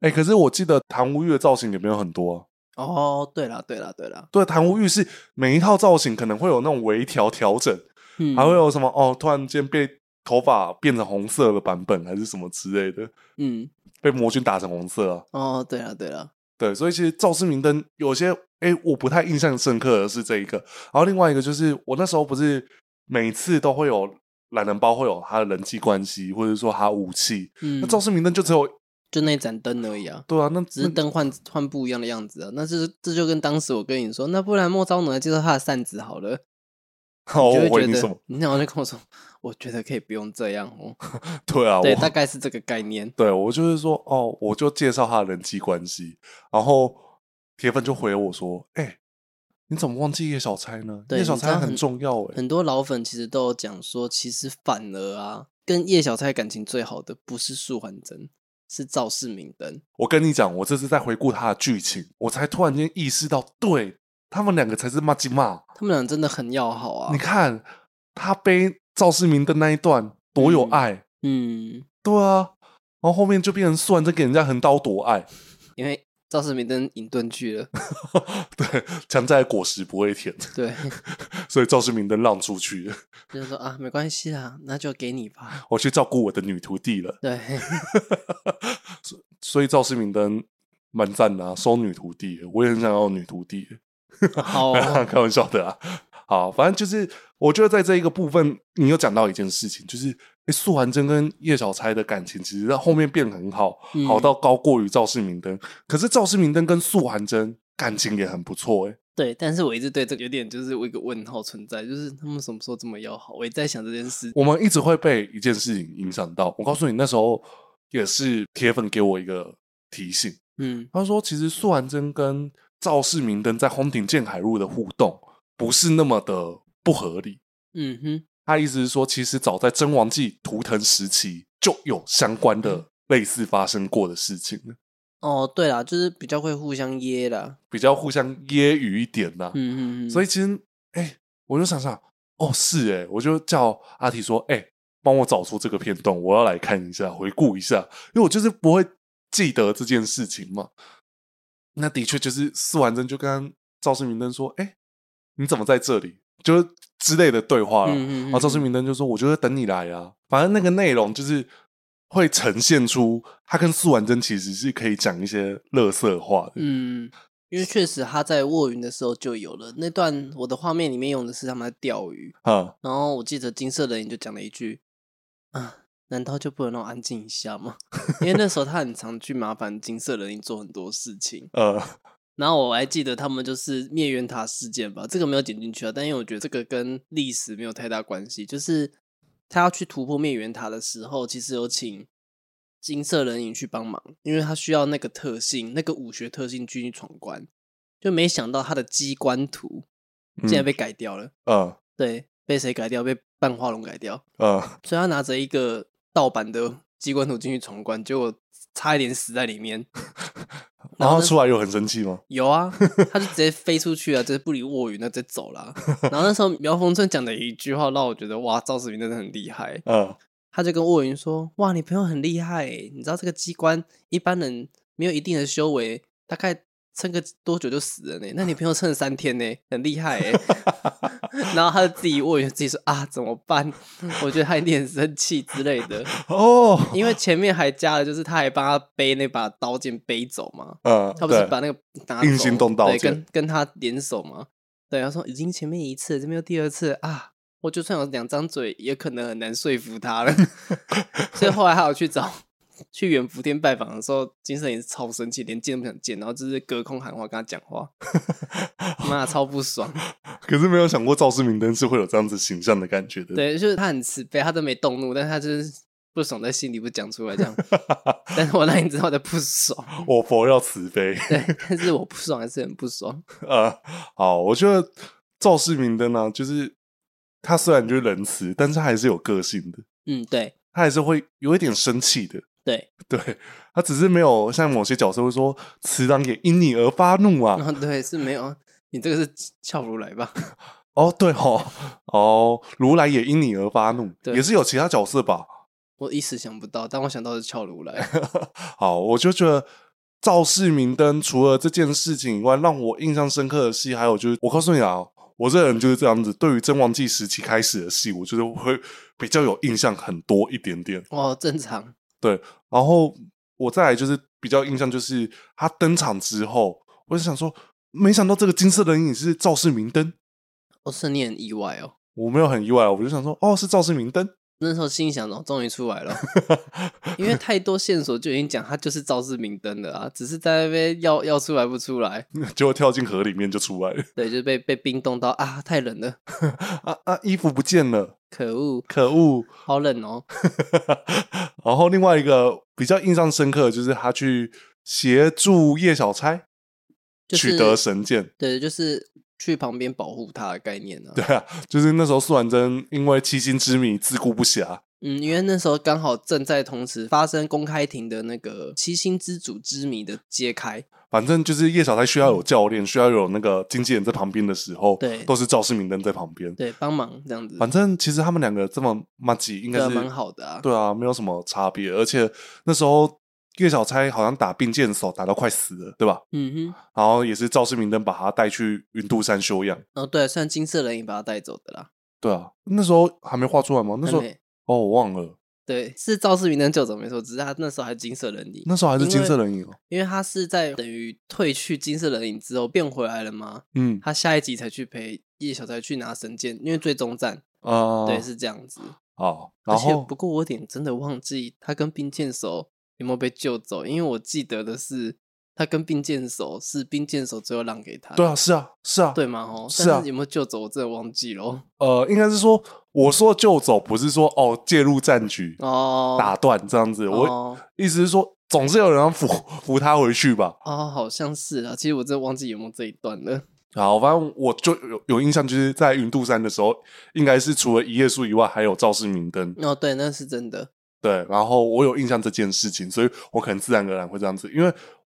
A: 哎、可是我记得谭无欲的造型也没有很多、啊。
B: 哦，对了，对了，对了，
A: 对，谭无欲是每一套造型可能会有那种微调调整，
B: 嗯，
A: 还会有什么哦，突然间被头发变成红色的版本，还是什么之类的，
B: 嗯，
A: 被魔君打成红色啊。
B: 哦，对了，对了，
A: 对，所以其实赵世明灯有些哎、我不太印象深刻的是这一个，然后另外一个就是我那时候不是每次都会有懒人包会有他的人际关系，或者说他武器，
B: 嗯
A: 那，赵世明灯就只有
B: 就那一盏灯而已啊，
A: 对啊，那
B: 只是
A: 那
B: 灯换换不一样的样子啊。那这是这就跟当时我跟你说，那不然莫昭奴来介绍他的扇子好了，
A: 哦，我
B: 你就会
A: 回
B: 觉
A: 你什么
B: 得？你想就跟我说，我觉得可以不用这样哦。
A: 对啊，
B: 对，
A: 我
B: 大概是这个概念。
A: 对我就是说，哦，我就介绍他的人际关系，然后铁粉就回我说：“哎、你怎么忘记叶小钗呢？
B: 对
A: 叶小
B: 你知道
A: 钗很
B: 很
A: 重要哎、
B: 很多老粉其实都有讲说，其实反而啊，跟叶小钗感情最好的不是素还真，是赵世明灯。
A: 我跟你讲，我这次在回顾他的剧情，我才突然间意识到，对他们两个才是骂鸡骂。
B: 他们俩真的很要好啊
A: 你。看他背赵世明的那一段多有
B: 嗯
A: 爱，
B: 嗯，
A: 对啊，然后后面就变成素然在给人家横刀夺爱，
B: 因为赵世明灯隐遁去了，
A: 对，强摘的果实不会甜，
B: 对，
A: 所以赵世明的让出去了，
B: 就是说啊，没关系啦，那就给你吧。
A: 我去照顾我的女徒弟了。
B: 对，
A: 所以赵世明灯蛮赞的、啊，收女徒弟的，我也很想要女徒弟。
B: 好、 哦
A: 开玩笑的啊。好，反正就是我觉得在这一个部分，你有讲到一件事情，就是诶素还真跟叶小钗的感情，其实在后面变很好，
B: 嗯
A: 好到高过于赵世明灯。可是赵世明灯跟素还真感情也很不错、诶
B: 对，但是我一直对这个有点就是我一个问号存在，就是他们什么时候这么要好？我也在想这件事。
A: 我们一直会被一件事情影响到。我告诉你，那时候也是铁粉给我一个提醒，
B: 嗯，
A: 他说，其实素还真跟赵世明灯在红顶建海路的互动不是那么的不合理。
B: 嗯哼，
A: 他意思是说，其实早在真王记图腾时期就有相关的类似发生过的事情了，
B: 哦，对啦，就是比较会互相噎啦。
A: 比较互相揶揄一点呐、
B: 嗯嗯嗯，
A: 所
B: 以
A: 以其实，哎、我就想想，哦，是哎、我就叫阿提说，哎、帮我找出这个片段，我要来看一下，回顾一下，因为我就是不会记得这件事情嘛。那的确就是四完真就跟赵世明灯说，哎、你怎么在这里？就是之类的对话了。哦
B: 嗯嗯嗯
A: 然后赵世明灯就说，我就在等你来啊。反正那个内容就是。会呈现出他跟素婉珍其实是可以讲一些乐色话的，
B: 嗯，因为确实他在卧云的时候就有了那段，我的画面里面用的是他们在钓鱼，
A: 啊、
B: 然后我记得金色人影就讲了一句啊。难道就不能让我安静一 下吗？因为那时候他很常去麻烦金色人影做很多事情，
A: 呃，
B: 然后我还记得他们就是灭渊塔事件吧，这个没有剪进去啊，但因为我觉得这个跟历史没有太大关系，就是他要去突破灭渊塔的时候，其实有请金色人影去帮忙，因为他需要那个特性，那个武学特性去闯关，就没想到他的机关图竟然被改掉了，
A: 嗯
B: 对，被谁改掉？被半化龙改掉，
A: 嗯，
B: 所以他拿着一个盗版的机关图进去闯关，结果差一点死在里面。
A: 然
B: 后
A: 后
B: 呢
A: 出来又很生气吗？
B: 有啊， 他就直接飞出去啊，直接不理卧云，那直接走了啊。然后那时候苗峰正讲的一句话让我觉得哇，赵世明真的很厉害。
A: 嗯
B: 他就跟卧云说：“哇，你朋友很厉害欸，你知道这个机关一般人没有一定的修为，大概撑个多久就死了呢？那你朋友撑了三天呢，很厉害哎。”然后他就自己卧云自己说：“啊，怎么办？我觉得他一定很生气之类的，
A: 哦，
B: 因为前面还加了，就是他还帮他背那把刀剑背走嘛。”
A: 嗯，
B: 他不是
A: 对
B: 把那个拿
A: 硬
B: 走
A: 行动刀
B: 对，
A: 剑
B: 跟跟他联手嘛。对，他说已经前面一次，这边又第二次啊，我就算有两张嘴，也可能很难说服他了。 所以后来还有去找去远福店拜访的时候，金圣也是超生气，连见都不想见，然后就是隔空喊话跟他讲话，妈超 不爽。
A: 可是没有想过赵世明灯是会有这样子形象的感觉的。，
B: 对，就是他很慈悲，他都没动怒，但他就是不爽在心里不讲出来这样。但是我让你知道我在不爽，
A: 我佛要慈悲
B: 对，但是我不爽还是很不爽。
A: 啊、好，我觉得赵世明灯呢、就是他虽然就是仁慈，但是他还是有个性的，
B: 嗯，对
A: 他还是会有一点生气的。
B: 对，
A: 对他只是没有像某些角色会说“慈郎也因你而发怒啊”，
B: 然后 对，是没有，你这个是俏如来吧？
A: 哦，对哦，哦，如来也因你而发怒，
B: 对
A: 也是有其他角色吧？
B: 我一时想不到，但我想到的是俏如来。
A: 好，我就觉得赵世明灯除了这件事情以外，让我印象深刻的戏，还有就是，我告诉你啊，我这人就是这样子，对于真王记时期开始的戏，我觉得会比较有印象很多一点点。
B: 哦，正常。
A: 然后我再来就是比较印象，就是他登场之后，我就想说，没想到这个金色人影是赵世明灯，
B: 我、是你很意外哦。
A: 我没有很意外，我就想说，哦，是赵世明灯。
B: 那时候心想哦，终于出来了，因为太多线索就已经讲他就是赵氏明灯了啊，只是在那边要要出来不出来，
A: 结果跳进河里面就出来了，
B: 对，就被被冰冻到啊，太冷了，
A: 啊啊，衣服不见了，
B: 可恶，
A: 可恶！
B: 好冷哦，
A: 然后另外一个比较印象深刻的就是他去协助叶小钗
B: 就是
A: 取得神剑，
B: 对，就是去旁边保护他的概念啊。
A: 对啊，就是那时候苏婉贞因为七星之谜自顾不暇，
B: 嗯，因为那时候刚好正在同时发生公开庭的那个七星之主之谜的揭开，
A: 反正就是叶小钗需要有教练，需要有那个经纪人在旁边的时候，
B: 对
A: 都是赵世明灯在旁边。
B: 对，帮忙这样子，
A: 反正其实他们两个这么默契，应该
B: 对啊，
A: 是
B: 蛮好的啊。
A: 对啊，没有什么差别。而且那时候叶小钗好像打并箭手打到快死了，对吧？
B: 嗯哼，
A: 然后也是赵世明灯把他带去云渡山休养。
B: 哦对，算金色人影把他带走的啦。
A: 对啊，那时候还没画出来吗？那时候
B: 还没
A: 哦，我忘了，
B: 对，是赵世明能救走没错，只是他那时候还是金色人影，
A: 那时候还是
B: 因为
A: 金色人影哦。
B: 因为他是在等于退去金色人影之后变回来了嘛，
A: 嗯
B: 他下一集才去陪叶小才去拿神剑，因为最终战、
A: 啊，
B: 对是这样子。
A: 啊，
B: 而
A: 然
B: 且
A: 后
B: 不过我有点真的忘记他跟冰剑手有没有被救走，因为我记得的是他跟冰剑手是冰剑手最后让给他的，
A: 对啊，是啊，是啊，
B: 对吗？哦，
A: 是啊
B: 但有没有救走我真的忘记了哦
A: 呃，应该是说我说救走，不是说哦介入战局
B: 哦，
A: 打断这样子。我
B: 哦
A: 意思是说，总是有人要扶扶他回去吧。
B: 哦，好像是啊。其实我真的忘记有没有这一段了。
A: 好，反正我就有有印象，就是在云渡山的时候，应该是除了一页书以外，还有赵氏明灯。
B: 哦，对，那是真的。
A: 对，然后我有印象这件事情，所以我可能自然而然会这样子，因为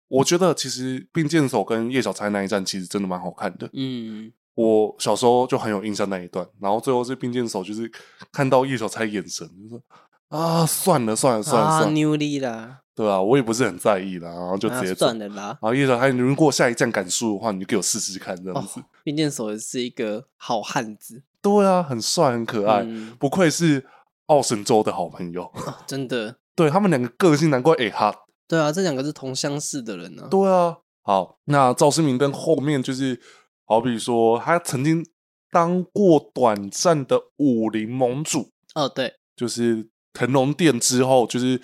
A: 我觉得其实并剑手跟叶小钗那一战其实真的蛮好看的，
B: 嗯，
A: 我小时候就很有印象那一段，然后最后是并剑手就是看到叶小钗眼神就说啊算了算了算了
B: 啊
A: 算了，
B: ，New 力啦，
A: 对啊，我也不是很在意啦，然后就直接
B: 啊
A: 走。
B: 算了啦。
A: 然后叶小钗，你如果下一站敢输的话，你就给我试试看这样
B: 哦
A: 子。，
B: 冰剑手也是一个好汉子，
A: 对啊，很帅很可爱，
B: 嗯
A: 不愧是奥神州的好朋友。
B: 哦真的。
A: 对他们两个个性，难怪哎哈
B: 对啊，这两个是同乡市的人呢、啊。
A: 对啊，好，那赵世明灯后面就是，好比说他曾经当过短暂的武林盟主，
B: 哦，对，
A: 就是腾龙殿之后，就是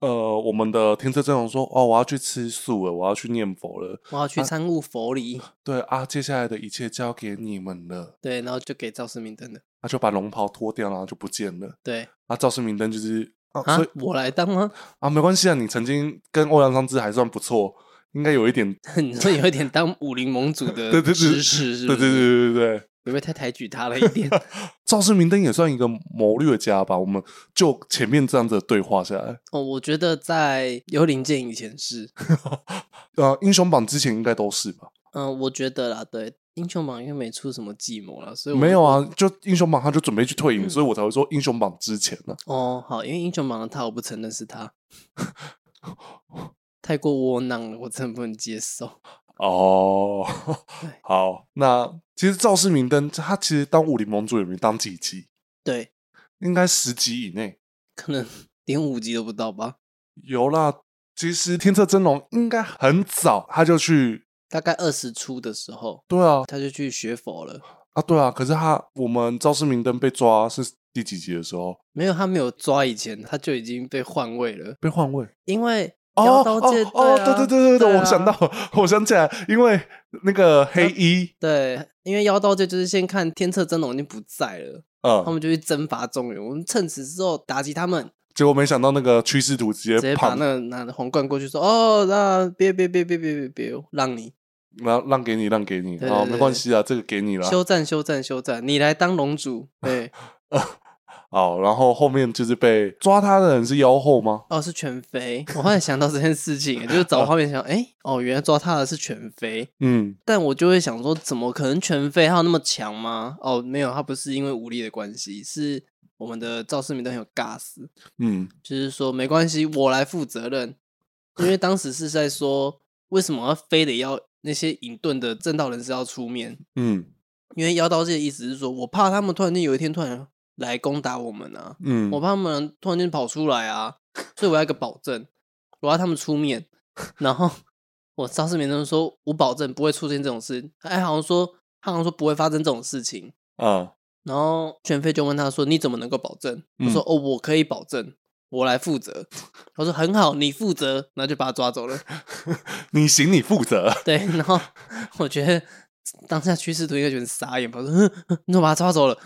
A: 呃，我们的停车阵容说，哦，我要去吃素了，我要去念佛了，
B: 我要去参悟佛理，
A: 对啊，接下来的一切交给你们了。
B: 对，然后就给赵世明登的，
A: 他、就把龙袍脱掉，然后就不见了。
B: 对
A: 啊，赵世明灯就是啊，
B: 啊
A: 所以，
B: 我来当吗？
A: 啊，没关系啊，你曾经跟欧阳商之还算不错，应该有一点，
B: 你说有一点当武林盟主的
A: 对对对
B: 知识，是
A: 对
B: 不
A: 对
B: 是
A: 对对对对。
B: 有没有太抬举他了一点？
A: 赵世明灯也算一个谋略家吧。我们就前面这样子的对话下来，
B: 哦，我觉得在幽灵剑以前是，
A: 呃，英雄榜之前应该都是吧？
B: 嗯、我觉得啦，对，英雄榜因为没出什么计谋啦，所以我嗯
A: 没有。啊，就英雄榜他就准备去退隐，所以我才会说英雄榜之前呢、啊
B: 哦，好，因为英雄榜的他，我不承认 是他，太过窝囊了，我真的不能接受。
A: 哦
B: 对，
A: 好，那其实赵世明灯他其实当武林盟主也没当几集，
B: 对，
A: 应该十集以内
B: 可能连五级都不到吧，
A: 有啦。其实天策真龙应该很早他就去，
B: 大概二十出的时候，
A: 对啊，
B: 他就去学佛了。
A: 啊，对啊，可是他我们赵世明灯被抓是第几集的时候
B: 没有，他没有抓以前，他就已经被换位了，
A: 被换位？
B: 因为
A: 哦
B: 妖
A: 哦
B: 刀戒队
A: 哦，
B: 啊
A: 对对对对对，
B: 对啊
A: 我想到， 我想起来，因为那个黑衣，
B: 对，因为妖刀界就是先看天策真龙已经不在了，他
A: 嗯，
B: 们就去征伐中原，我们趁此之后打击他们，
A: 结果没想到那个趋势图直
B: 直
A: 接
B: 接把
A: 胖，
B: 那个拿着皇冠过去说：“哦，那别别别别别别别，让你
A: 然后让给你，让给你，
B: 对对
A: 哦，
B: 对
A: 没关系啊，这个给你了，
B: 休战休战休战，你来当龙主。” 对，
A: 好，然后后面就是被抓他的人是妖后吗？
B: 哦，是全飞。我后来想到这件事情，就是找画面想，哎，哦，原来抓他的是全飞，
A: 嗯，
B: 但我就会想说，怎么可能全飞还有那么强吗？哦，没有，他不是因为武力的关系，是我们的赵世明都很有尬死。
A: 嗯，
B: 就是说没关系，我来负责任。因为当时是在说，为什么要非得要那些隐遁的正道人士要出面？
A: 嗯，
B: 因为妖刀界的意思是说，我怕他们突然间有一天突然来攻打我们啊，
A: 嗯，
B: 我怕他们突然间跑出来啊， 所以我要一个保证，我要他们出面。然后我赵世明就说，我保证不会出现这种事。哎，好像说他好像说不会发生这种事情。
A: 啊，
B: 然后全飞就问他说：“你怎么能够保证？”
A: 嗯
B: 我说：“哦，我可以保证，我来负责。” 他说：“很好，你负责。”然后就把他抓走了。
A: 你行，你负责，
B: 对，然后我觉得当下趋势图应该觉得傻眼吧，说哼：“哼你怎么把他抓走了？”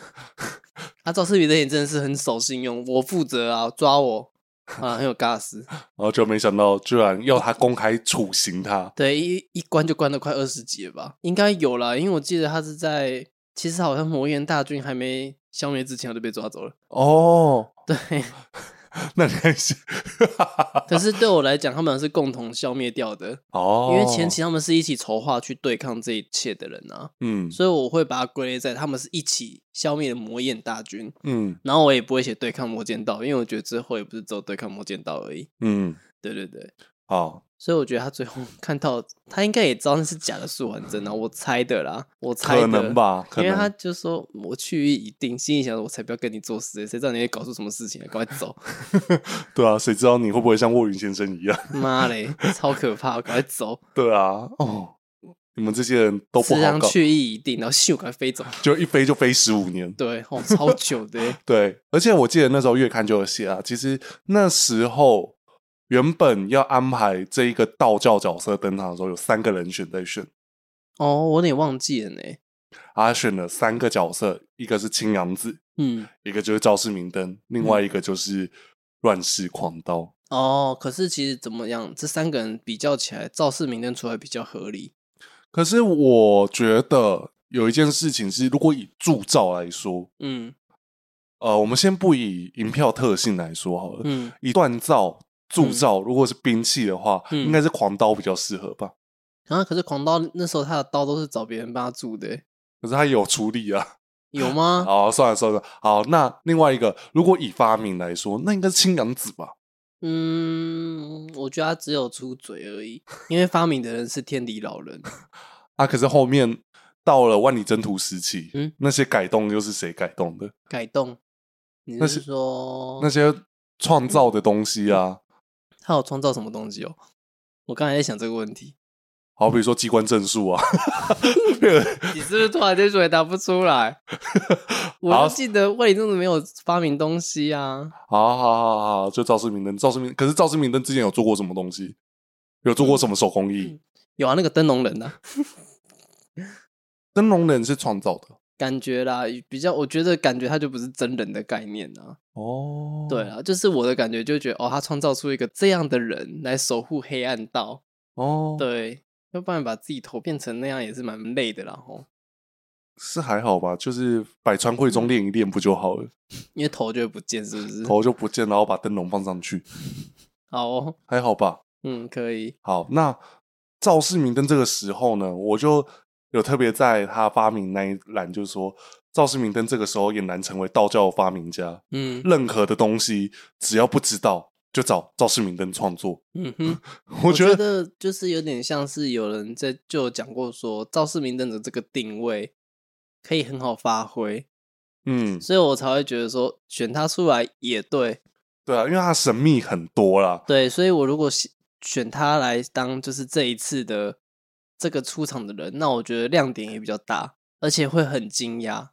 B: 啊，赵世宇的眼真的是很守信用，我负责啊，抓我啊，很有尬死。
A: 然后就没想到居然要他公开处刑他，
B: 对，一一关就关了快二十集了吧，应该有啦，因为我记得他是在其实好像魔焰大军还没消灭之前，我就被抓走了。
A: 哦，
B: 对。
A: 那你还是，
B: 可是对我来讲，他们是共同消灭掉的，
A: 哦，
B: 因为前期他们是一起筹划去对抗这一切的人啊，
A: 嗯
B: 所以我会把它归类在他们是一起消灭了魔焰大军。
A: 嗯
B: 然后我也不会写对抗魔剑道，因为我觉得最后也不是只有对抗魔剑道而已。
A: 嗯，
B: 对对对，
A: 好，
B: 所以我觉得他最后 看到他应该也知道那是假的素还真啊，我猜的啦，我猜的
A: 可能。吧，可
B: 因为他
A: 能
B: 就说我去意已定，心里想说我才不要跟你做事，谁知道你会搞出什么事情来，啊赶快走！
A: 对啊，谁知道你会不会像卧云先生一样？
B: 妈嘞，超可怕，赶快走！
A: 对啊，哦，你们这些人都不
B: 思
A: 好
B: 想
A: 搞，
B: 去意已定，然后咻赶快飞走。
A: 就一飞就飞十五年。
B: 对，哦，超久的耶
A: 对，而且我记得那时候月刊就有写啊，其实那时候原本要安排这一个道教角色登场的时候，有三个人选在选，
B: 哦，我有点忘记了呢。
A: 啊，选了三个角色，一个是青阳子，
B: 嗯，
A: 一个就是赵世明灯，另外一个就是乱世狂刀。
B: 哦，可是其实怎么样，这三个人比较起来，赵世明跟出来比较合理。
A: 可是我觉得有一件事情是，如果以铸造来说，
B: 嗯
A: 呃，我们先不以银票特性来说好了，
B: 嗯，
A: 以锻造、铸造，如果是兵器的话，
B: 嗯
A: 应该是狂刀比较适合吧。
B: 然啊后可是狂刀那时候他的刀都是找别人帮他铸的耶，
A: 可是它也有出力啊。
B: 有吗？
A: 好、算了算了，好，那另外一个，如果以发明来说，那应该是青阳子吧？
B: 嗯，我觉得他只有出嘴而已，因为发明的人是天理老人。
A: 啊，可是后面到了万里征途时期，
B: 嗯哦
A: 那些改动又是谁改动的？
B: 改动，你
A: 那
B: 是
A: 是
B: 说
A: 那些创
B: 嗯
A: 造的东西啊，
B: 他有创造什么东西哦？我刚才在想这个问题。
A: 好比说机关证书啊， 骗人
B: 你是不是突然间回答不出来？ 我
A: 好
B: 就记得魏忠子没有发明东西啊，
A: 好好好好，就赵氏明灯，赵氏明，可是赵氏明灯之前有做过什么东西？有
B: 嗯
A: 做过什么手工艺？
B: 有啊，那个灯笼人啊，
A: 灯笼人是创造的
B: 感觉啦，比较我觉得感觉它就不是真人的概念啊。
A: 哦
B: 对啊，就是我的感觉就觉得哦，他创造出一个这样的人来守护黑暗道，
A: 哦，
B: 对，要不然把自己头变成那样也是蛮累的啦吼，
A: 是还好吧，就是百川汇中练一练不就好了？
B: 因为头就会不见，嗯是不是？
A: 头就不见，然后把灯笼放上去，
B: 好哦，
A: 还好吧？
B: 嗯，可以，
A: 好，那赵世明灯这个时候呢，我就有特别在他发明那一栏，就是说赵世明灯这个时候也难成为道教的发明家，
B: 嗯
A: 任何的东西只要不知道。就找赵世明灯创作，
B: 嗯哼，
A: 我
B: 我
A: 觉
B: 觉
A: 得
B: 得就是有点像是有人在就有讲过说，赵世明灯的这个定位可以很好发挥，
A: 嗯，
B: 所以我才会觉得说选他出来也对，
A: 对啊，因为它神秘很多啦。
B: 对，所以我如果选选他来当就是这一次的这个出场的人，那我觉得亮点也比较大，而且会很惊讶。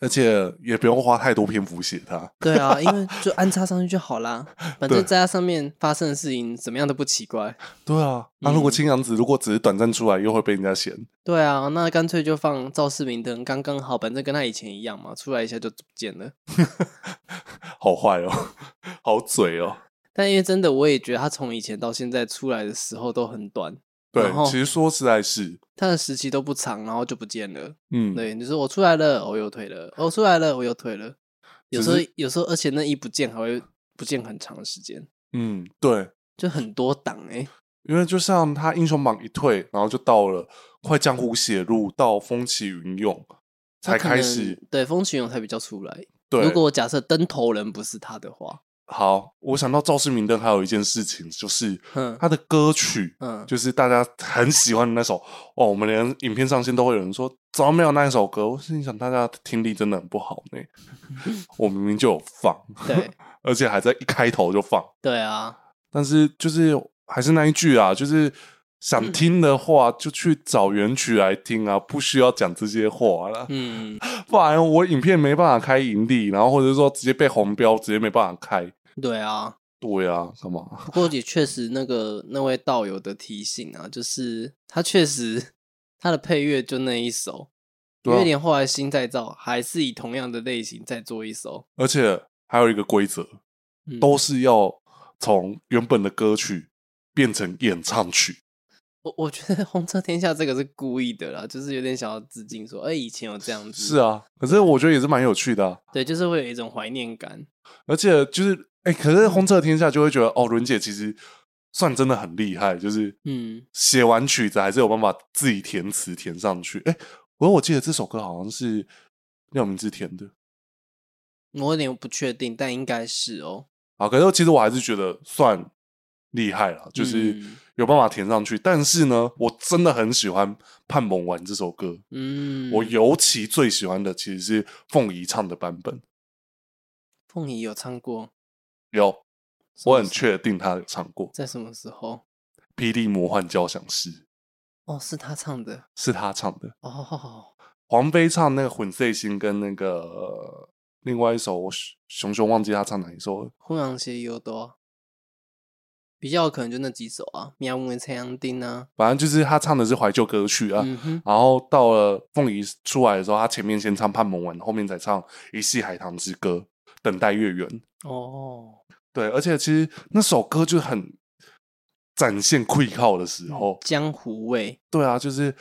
A: 而且也不用花太多篇幅写它。
B: 对啊，因为就安插上去就好啦，反
A: 对
B: 正在他上面发生的事情怎么样都不奇怪。
A: 对啊，那、如果
B: 嗯
A: 青阳子如果只是短暂出来，又会被人家嫌。
B: 对啊，那干脆就放赵世明灯，刚刚好，反正跟他以前一样嘛，出来一下就不见了。
A: 好坏哦， 好嘴哦。
B: 但因为真的，我也觉得他从以前到现在出来的时候都很短，
A: 对
B: 然，后
A: 其实说实在是，
B: 他的时期都不长，然后就不见了。
A: 嗯，
B: 对，就是我出来了，我又退了；哦我出来了，我又退了。有时候
A: 只，
B: 有时候，而且那一不见还会不见很长的时间，
A: 嗯，对，
B: 就很多档哎、
A: 因为就像他英雄榜一退，然后就到了快江湖写入，到风起云涌
B: 他
A: 才
B: 可
A: 开
B: 能
A: 始。
B: 对风起云涌才比较出来。
A: 对，
B: 如果假设灯头人不是他的话，
A: 好，我想到赵世明灯还有一件事情，就是
B: 嗯
A: 他的歌曲，
B: 嗯，
A: 就是大家很喜欢的那首哦，我们连影片上线都会有人说怎么没有那一首歌？我心想大家听力真的很不好 呢。我明明就有放，
B: 对
A: 而且还在一开头就放，
B: 对啊，
A: 但是就是还是那一句啊，就是想听的话就去找原曲来听啊，不需要讲这些话了，
B: 嗯，
A: 不然我影片没办法开盈利，然后或者说直接被红标，直接没办法开。
B: 对啊。
A: 对啊，干嘛？
B: 不过也确实，那个那位道友的提醒啊，就是他确实他的配乐就那一首，
A: 对
B: 因
A: 啊
B: 为连后来新再造还是以同样的类型再做一首，
A: 而且还有一个规则，
B: 嗯
A: 都是要从原本的歌曲变成演唱曲。
B: 我我觉得《 红车天下》这个是故意的啦，就是有点想要致敬说，哎、以前有这样子，
A: 是，啊，可是我觉得也是蛮有趣的啊、
B: 对，就是会有一种怀念感，
A: 而且就是哎、可是红彻天下就会觉得哦，伦姐其实算真的很厉害，就是
B: 嗯，
A: 写完曲子还是有办法自己填词填上去。哎、不过我记得这首歌好像是廖明志填的。
B: 我有点不确定，但应该是哦，
A: 啊，可是其实我还是觉得算厉害了，就是
B: 嗯
A: 有办法填上去。但是呢，我真的很喜欢《盼梦丸》这首歌，
B: 嗯，
A: 我尤其最喜欢的其实是凤仪唱的版本，
B: 凤仪有唱过，
A: 有，
B: 什
A: 我
B: 么
A: 很
B: 时
A: 确定他有唱过
B: 在什么时候？
A: 《霹雳魔幻交响诗》，
B: 哦，是他唱的
A: 是他唱的。
B: 哦，
A: 黄飞唱那个《混碎心》跟那个、呃另外一首，我熊熊熊忘记他唱哪一首了。
B: 《昏阳邪有多》，比较有可能就那几首啊，《喵文蔡阳丁》啊，
A: 反正就是他唱的是怀旧歌曲啊。
B: 嗯哼，
A: 然后到了凤仪出来的时候，他前面先唱《盼蒙文》，后面再唱《一系海棠之歌》，等待月圆。
B: 哦，
A: 对，而且其实那首歌就很展现 quick 靠的时候，
B: 嗯江湖味，
A: 对啊，就是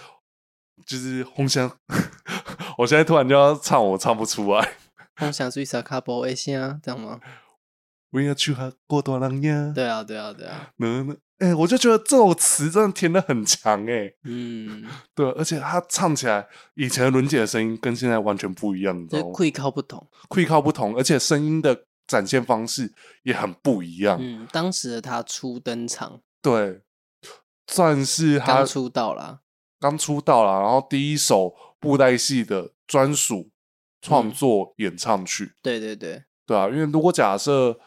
A: 就是红香， 我现在突然就要唱，我唱不出来。
B: 梦想水沙卡波一下，这样吗？
A: 我要去哈过多浪呀，
B: 对啊，对啊，对啊，
A: 呢呢，哎、我就觉得这首词真的填的很强哎、
B: 嗯。
A: 对，而且他唱起来，以前的伦姐的声音跟现在完全不一样，你知
B: 这
A: 道吗？
B: 溃靠不同。
A: 会靠不同，而且声音的展现方式也很不一样。
B: 嗯，当时的他初登场，
A: 对，算是他
B: 刚出道啦。
A: 刚出道了，然后第一首布袋戏的专属
B: 嗯
A: 创作演唱曲，
B: 对对对，
A: 对啊，因为如果假设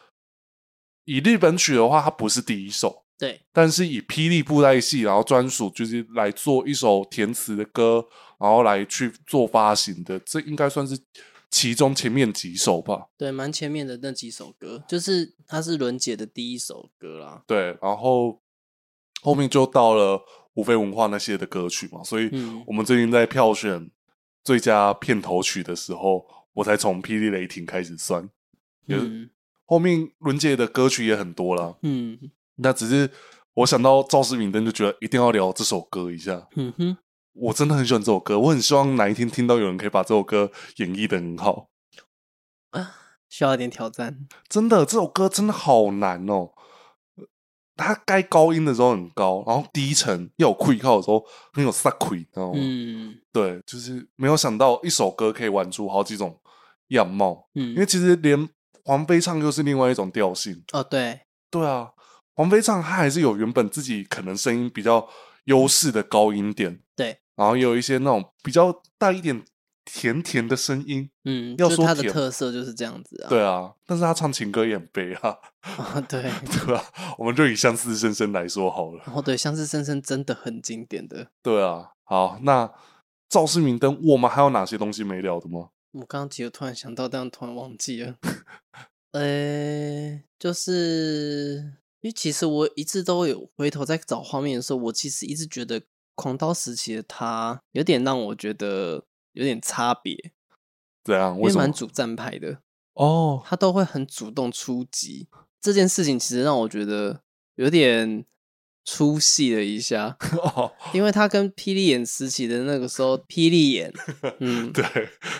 A: 以日本曲的话，它不是第一首，
B: 对，
A: 但是以霹雳布袋戏，然后专属就是来做一首填词的歌，然后来去做发行的，这应该算是其中前面几首吧。
B: 对，蛮前面的那几首歌，就是它是伦姐的第一首歌啦。
A: 对，然后后面就到了无非文化那些的歌曲嘛，所以
B: 嗯
A: 我们最近在票选最佳片头曲的时候，我才从《霹雳雷霆》开始算。就是
B: 嗯
A: 后面伦姐的歌曲也很多啦，
B: 嗯
A: 那只是我想到赵世明灯，就觉得一定要聊这首歌一下。
B: 嗯哼，
A: 我真的很喜欢这首歌，我很希望哪一天听到有人可以把这首歌演绎的很好。
B: 需要一点挑战。
A: 真的，这首歌真的好难哦。它该高音的时候很高，然后低沉要有溃靠的时候很有 suck 溃，你知道吗？
B: 嗯
A: 对，就是没有想到一首歌可以玩出好几种样貌，
B: 嗯，
A: 因为其实连黄飞唱又是另外一种调性。
B: 哦对，
A: 对啊，黄飞唱他还是有原本自己可能声音比较优势的高音点，
B: 对，
A: 然后也有一些那种比较带一点甜甜的声音，
B: 嗯，
A: 要
B: 就
A: 说
B: 它的
A: 甜
B: 特色就是这样子啊。
A: 对啊，但是他唱情歌也很悲啊，
B: 啊 对，
A: 对吧、我们就以相似深深来说好了，
B: 然后对，相似深深真的很经典的。
A: 对啊，好，那赵世明灯，我们还有哪些东西没聊的吗？
B: 我刚刚其实突然想到，但突然忘记了。 呃，就是因为其实我一直都有回头在找画面的时候，我其实一直觉得狂刀时期的他有点让我觉得有点差别，
A: 怎样？
B: 因
A: 为
B: 为
A: 什么
B: 蛮？主战派的，
A: 哦，
B: 他都会很主动出击。这件事情其实让我觉得有点出戏了一下，
A: 哦，
B: 因为他跟霹雳眼时期的那个时候，霹雳 眼，嗯
A: 对，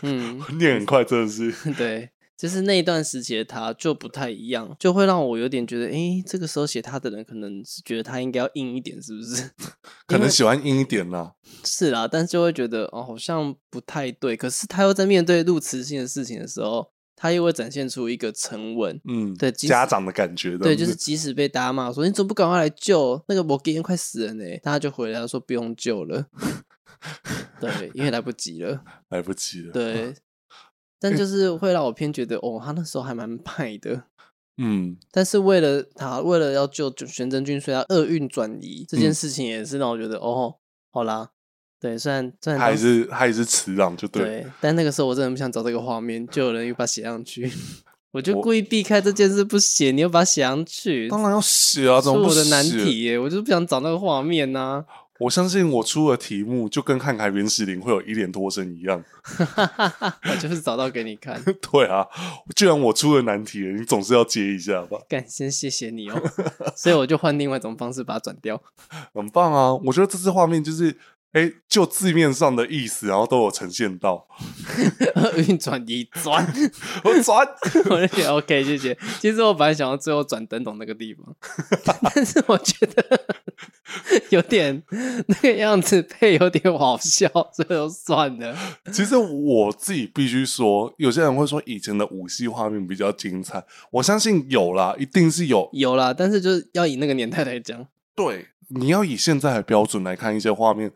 B: 嗯，
A: 念很快，真的 是，
B: 对，就是那一段时期的他就不太一样，就会让我有点觉得，诶，这个时候写他的人可能是觉得他应该要硬一点，是不是？
A: 可
B: 因为
A: 能喜欢阴一点啦。
B: 是啦，但是就会觉得哦，好像不太对。可是他又在面对陆慈欣的事情的时候，他又会展现出一个沉稳。
A: 嗯，
B: 对即
A: 家
B: 使
A: 长的感觉，这
B: 对，就
A: 样子
B: 是即使被大家骂说你怎么不赶快来救那个摩根快死了呢，大家就回答说不用救 了，对，因为来不及 了。
A: 来不及了。，
B: 对，但就是会让我偏觉得，哦，他那时候还蛮派的。
A: 嗯，
B: 但是为了他，为了要救就玄真君，所以他厄运转移这
A: 嗯
B: 件事情也是让我觉得，哦，好啦，对，虽然虽然
A: 他
B: 当
A: 也
B: 时
A: 是他也是迟朗，就对。
B: 对，但那个时候我真的不想找这个画面，就有人又把它写上 去，我就
A: 我
B: 故意避开这件事不写，你又把它写上去，
A: 当然要写啊，
B: 是
A: 怎么不
B: 我的难
A: 写
B: 题耶，我就是不想找那个画面呐、
A: 我相信我出的题目就跟看《海原始林》会有一脸脱身一样。
B: 我就是找到给你看，
A: 对啊，既然我出了难题了，你总是要接一下吧。
B: 感先谢谢你哦，所以我就换另外一种方式把它转掉，
A: 很棒啊！我觉得这次画面就是，哎、就字面上的意思，然后都有呈现到。
B: 运转移转，
A: 我转，
B: 我就觉得 OK，谢谢。其实我本来想要最后转灯笼那个地方， 但是我觉得 有点那个样子配有点好笑，所以就算了。
A: 其实我自己必须说，有些人会说以前的武戏画面比较精彩，我相信有啦，一定是有。
B: 有啦，但是就是要以那个年代来讲，
A: 对，你要以现在的标准来看一些画面，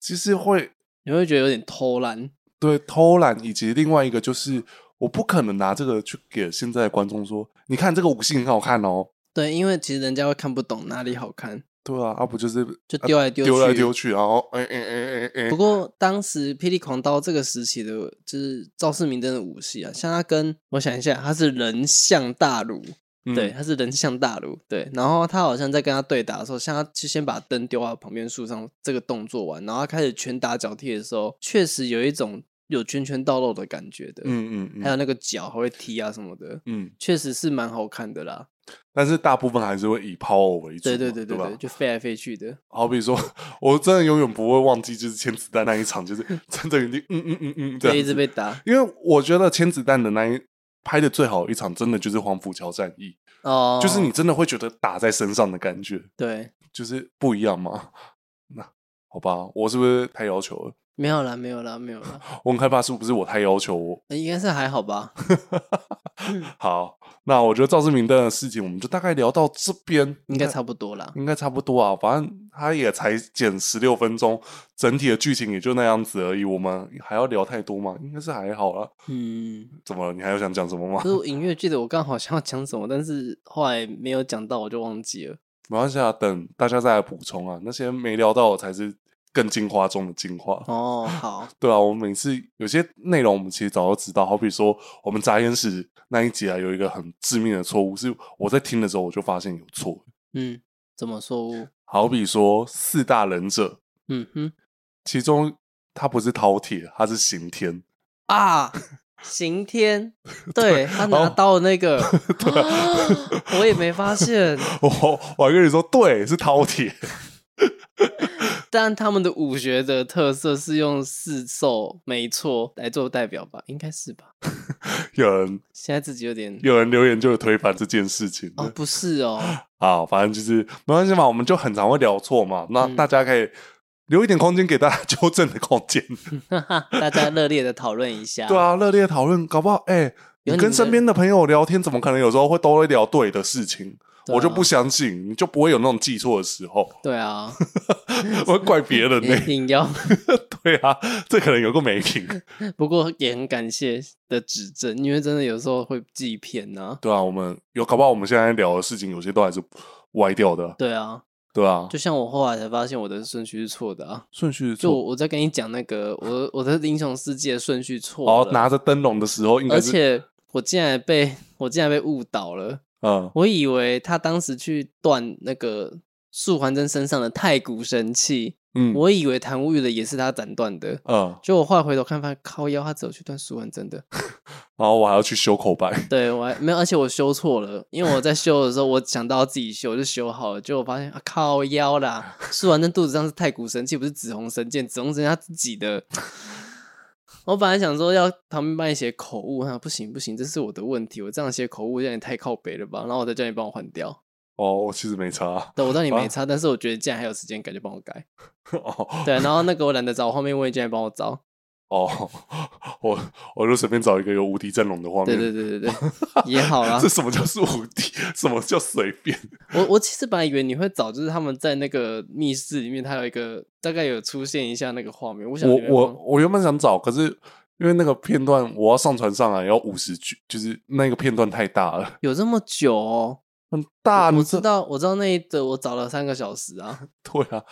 A: 其实会
B: 你会觉得有点偷懒。
A: 对偷懒，以及另外一个就是，我不可能拿这个去给现在的观众说，你看这个武戏很好看哦。
B: 对，因为其实人家会看不懂哪里好看，
A: 对啊，啊不就是
B: 就丢来丢去。
A: 丢来丢去，然后哎哎哎哎哎，
B: 不过当时《霹雳狂刀》这个时期的，就是赵世明真的武戏啊，像他跟我想一下，他是人像大儒，
A: 嗯
B: 对，他是人像大儒，对。然后他好像在跟他对打的时候，像他就先把灯丢到旁边树上这个动作完，然后他开始拳打脚踢的时候，确实有一种有拳拳到肉的感觉的，
A: 嗯嗯嗯，
B: 还有那个脚还会踢啊什么的，
A: 嗯，
B: 确实是蛮好看的啦。
A: 但是大部分还是会以 power 为主嘛，
B: 对对对对
A: 吧
B: 对，就飞来飞去的，
A: 好比说，我真的永远不会忘记，就是千子弹那一场，就是 站在原地，嗯嗯嗯嗯，这
B: 就
A: 样
B: 一直
A: 子
B: 被打。
A: 因为我觉得千子弹的那一拍的最好一场，真的就是黄浦桥战役，
B: 哦，
A: 就是你真的会觉得打在身上的感觉，
B: 对，
A: 就是不一样嘛。 那好吧，我是不是太要求了？
B: 没有啦，没有啦，没有 啦，
A: 我很害怕是不是我太要求 我？
B: 呃应该是还 好吧。
A: 好，那我觉得赵志明的事情，我们就大概聊到这边，
B: 应该差不多啦。
A: 应该差不多啊，反正他也才剪十六分钟，整体的剧情也就那样子而已。我们还要聊太多吗？应该是还好啦。
B: 嗯，
A: 怎么了？你还有想讲什么
B: 可
A: 吗？
B: 是我隐约记得我刚好想要讲什么，但是后来没有讲到，我就忘记了。
A: 没关系啊，等大家再来补充啊。那些没聊到的才是更精华中的精华。
B: 哦，好，
A: 对啊，我们每次有些内容我们其实早就知道，好比说我们杂验室那一集啊，有一个很致命的错误，是我在听的时候我就发现有错。
B: 嗯，怎么错误？
A: 好比说四大忍者，
B: 嗯哼
A: 其中它不是饕餮，它是刑天。
B: 啊，刑天，对他拿
A: 哦啊
B: 刀的 那个，我也没发现，
A: 我我还跟你说，对，是饕餮。
B: 但他们的武学的特色是用四兽没错来做代表吧？应该是吧？
A: 有人
B: 现在自己有点
A: 有人留言就有推翻这件事情
B: 哦，不是 哦，
A: 啊，反正就是没关系嘛，我们就很常会聊错嘛，那
B: 嗯
A: 大家可以留一点空间给大家 纠正的空间。
B: 大家热烈的讨论一下。
A: 对，啊，热烈讨论，搞不好哎、你
B: 有你
A: 跟
B: 的
A: 身边的朋友聊天，怎么可能有时候会都会聊对的事情？
B: 对啊
A: 我就不相信，你就不会有那种记错的时 候，
B: 对啊，
A: 我会怪别人 呢、
B: 一定要。
A: 对啊，这可能有个没品。
B: 不过也很感谢的指正，因为真的有时候会记偏呐、
A: 对啊，我们有搞不好我们现在聊的事情，有些都还是歪掉的。
B: 对啊，
A: 对啊，
B: 就像我后来才发现我的顺序是错的啊。
A: 顺序是
B: 就
A: 错。
B: 我在跟你讲那个我我的英雄世界顺序错
A: 然后
B: 了，
A: 拿着灯笼的时候，应该
B: 而
A: 是
B: 且我竟然被我竟然被误导了。
A: 嗯，
B: 我以为他当时去断那个素还真身上的太古神器，
A: 嗯
B: 我以为谭无欲的也是他斩断的。
A: 嗯，
B: 就我后来回头看，发现靠腰，他只有去断素还真的。
A: 然后我还要去修口白。
B: 对我还没有，而且我修错了，因为我在修的时候，我想到要自己修，我就修好了，结果我发现啊靠腰啦，素还真肚子上是太古神器，不是紫红神剑，紫红神剑他自己的。我本来想说要旁边帮你写口误，哈、不行不行，这是我的问题，我这样写口误，这样也太靠北了吧？然后我再叫你帮我换掉。
A: 哦，我其实没差。
B: 对，我知道你
A: 啊
B: 没差，但是我觉得既然还有时间改，就帮我改。
A: 哦
B: 对，然后那个我懒得找，我后面问你，竟然帮我找。
A: 哦，我我就随便找一个有无敌阵容的画面。
B: 对对对对对，也好啦
A: 这。什么叫是无敌？什么叫随便？
B: 我我其实本来以为你会找，就是他们在那个密室里面，它有一个大概有出现一下那个画面。我想
A: 我
B: 你会
A: 我
B: 帮
A: 我原本想找，可是因为那个片段我要上传上来要五十 G，就是那个片段太大了，
B: 有这么久哦，
A: 很大。
B: 我
A: 你
B: 我
A: 这
B: 知道我知道那一则我找了三个小时啊。
A: 对啊，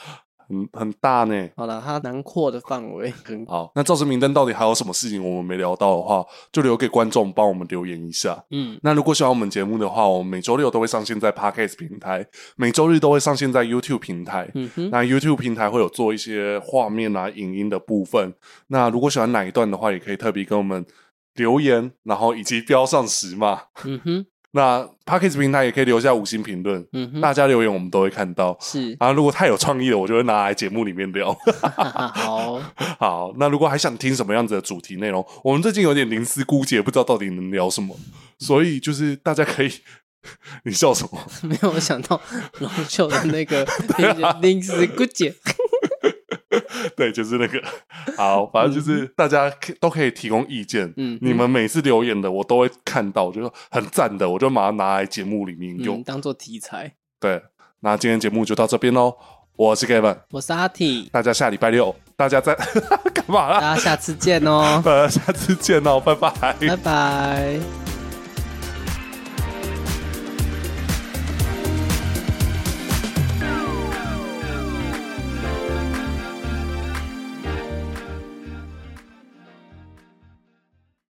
A: 很很大呢。
B: 好了，它囊括的范围很
A: 好，那《赵氏明灯》到底还有什么事情我们没聊到的话，就留给观众帮我们留言一下。
B: 嗯
A: 那如果喜欢我们节目的话，我们每周六都会上线在 Podcast 平台，每周日都会上线在 YouTube 平台。
B: 嗯哼，
A: 那 YouTube 平台会有做一些画面啊、影音的部分。那如果喜欢哪一段的话，也可以特别跟我们留言，然后以及标上十嘛。
B: 嗯哼，
A: 那 Podcast 平台也可以留下五星评论，
B: 嗯哼，
A: 大家留言我们都会看到。
B: 是
A: 啊，如果太有创意了，我就会拿来节目里面聊。
B: 好，
A: 好，那如果还想听什么样子的主题内容，我们最近有点临时枯竭，不知道到底能聊什么，所以就是大家可以， 你笑什么？
B: 没有想到龙秀的那个临时顾姐，
A: 对，就是那个。好，反正就是大家可都可以提供意见。
B: 嗯
A: 你们每次留言的我都会看到，就是很赞的，我就马上拿来节目里面用。
B: 嗯，当做题材。
A: 对，那今天节目就到这边喽。我是 Gavin，
B: 我是阿 T，
A: 大家下礼拜六大家再 干嘛啦？
B: 大家下次见哦，
A: 呃，下次见哦，拜拜
B: 拜拜。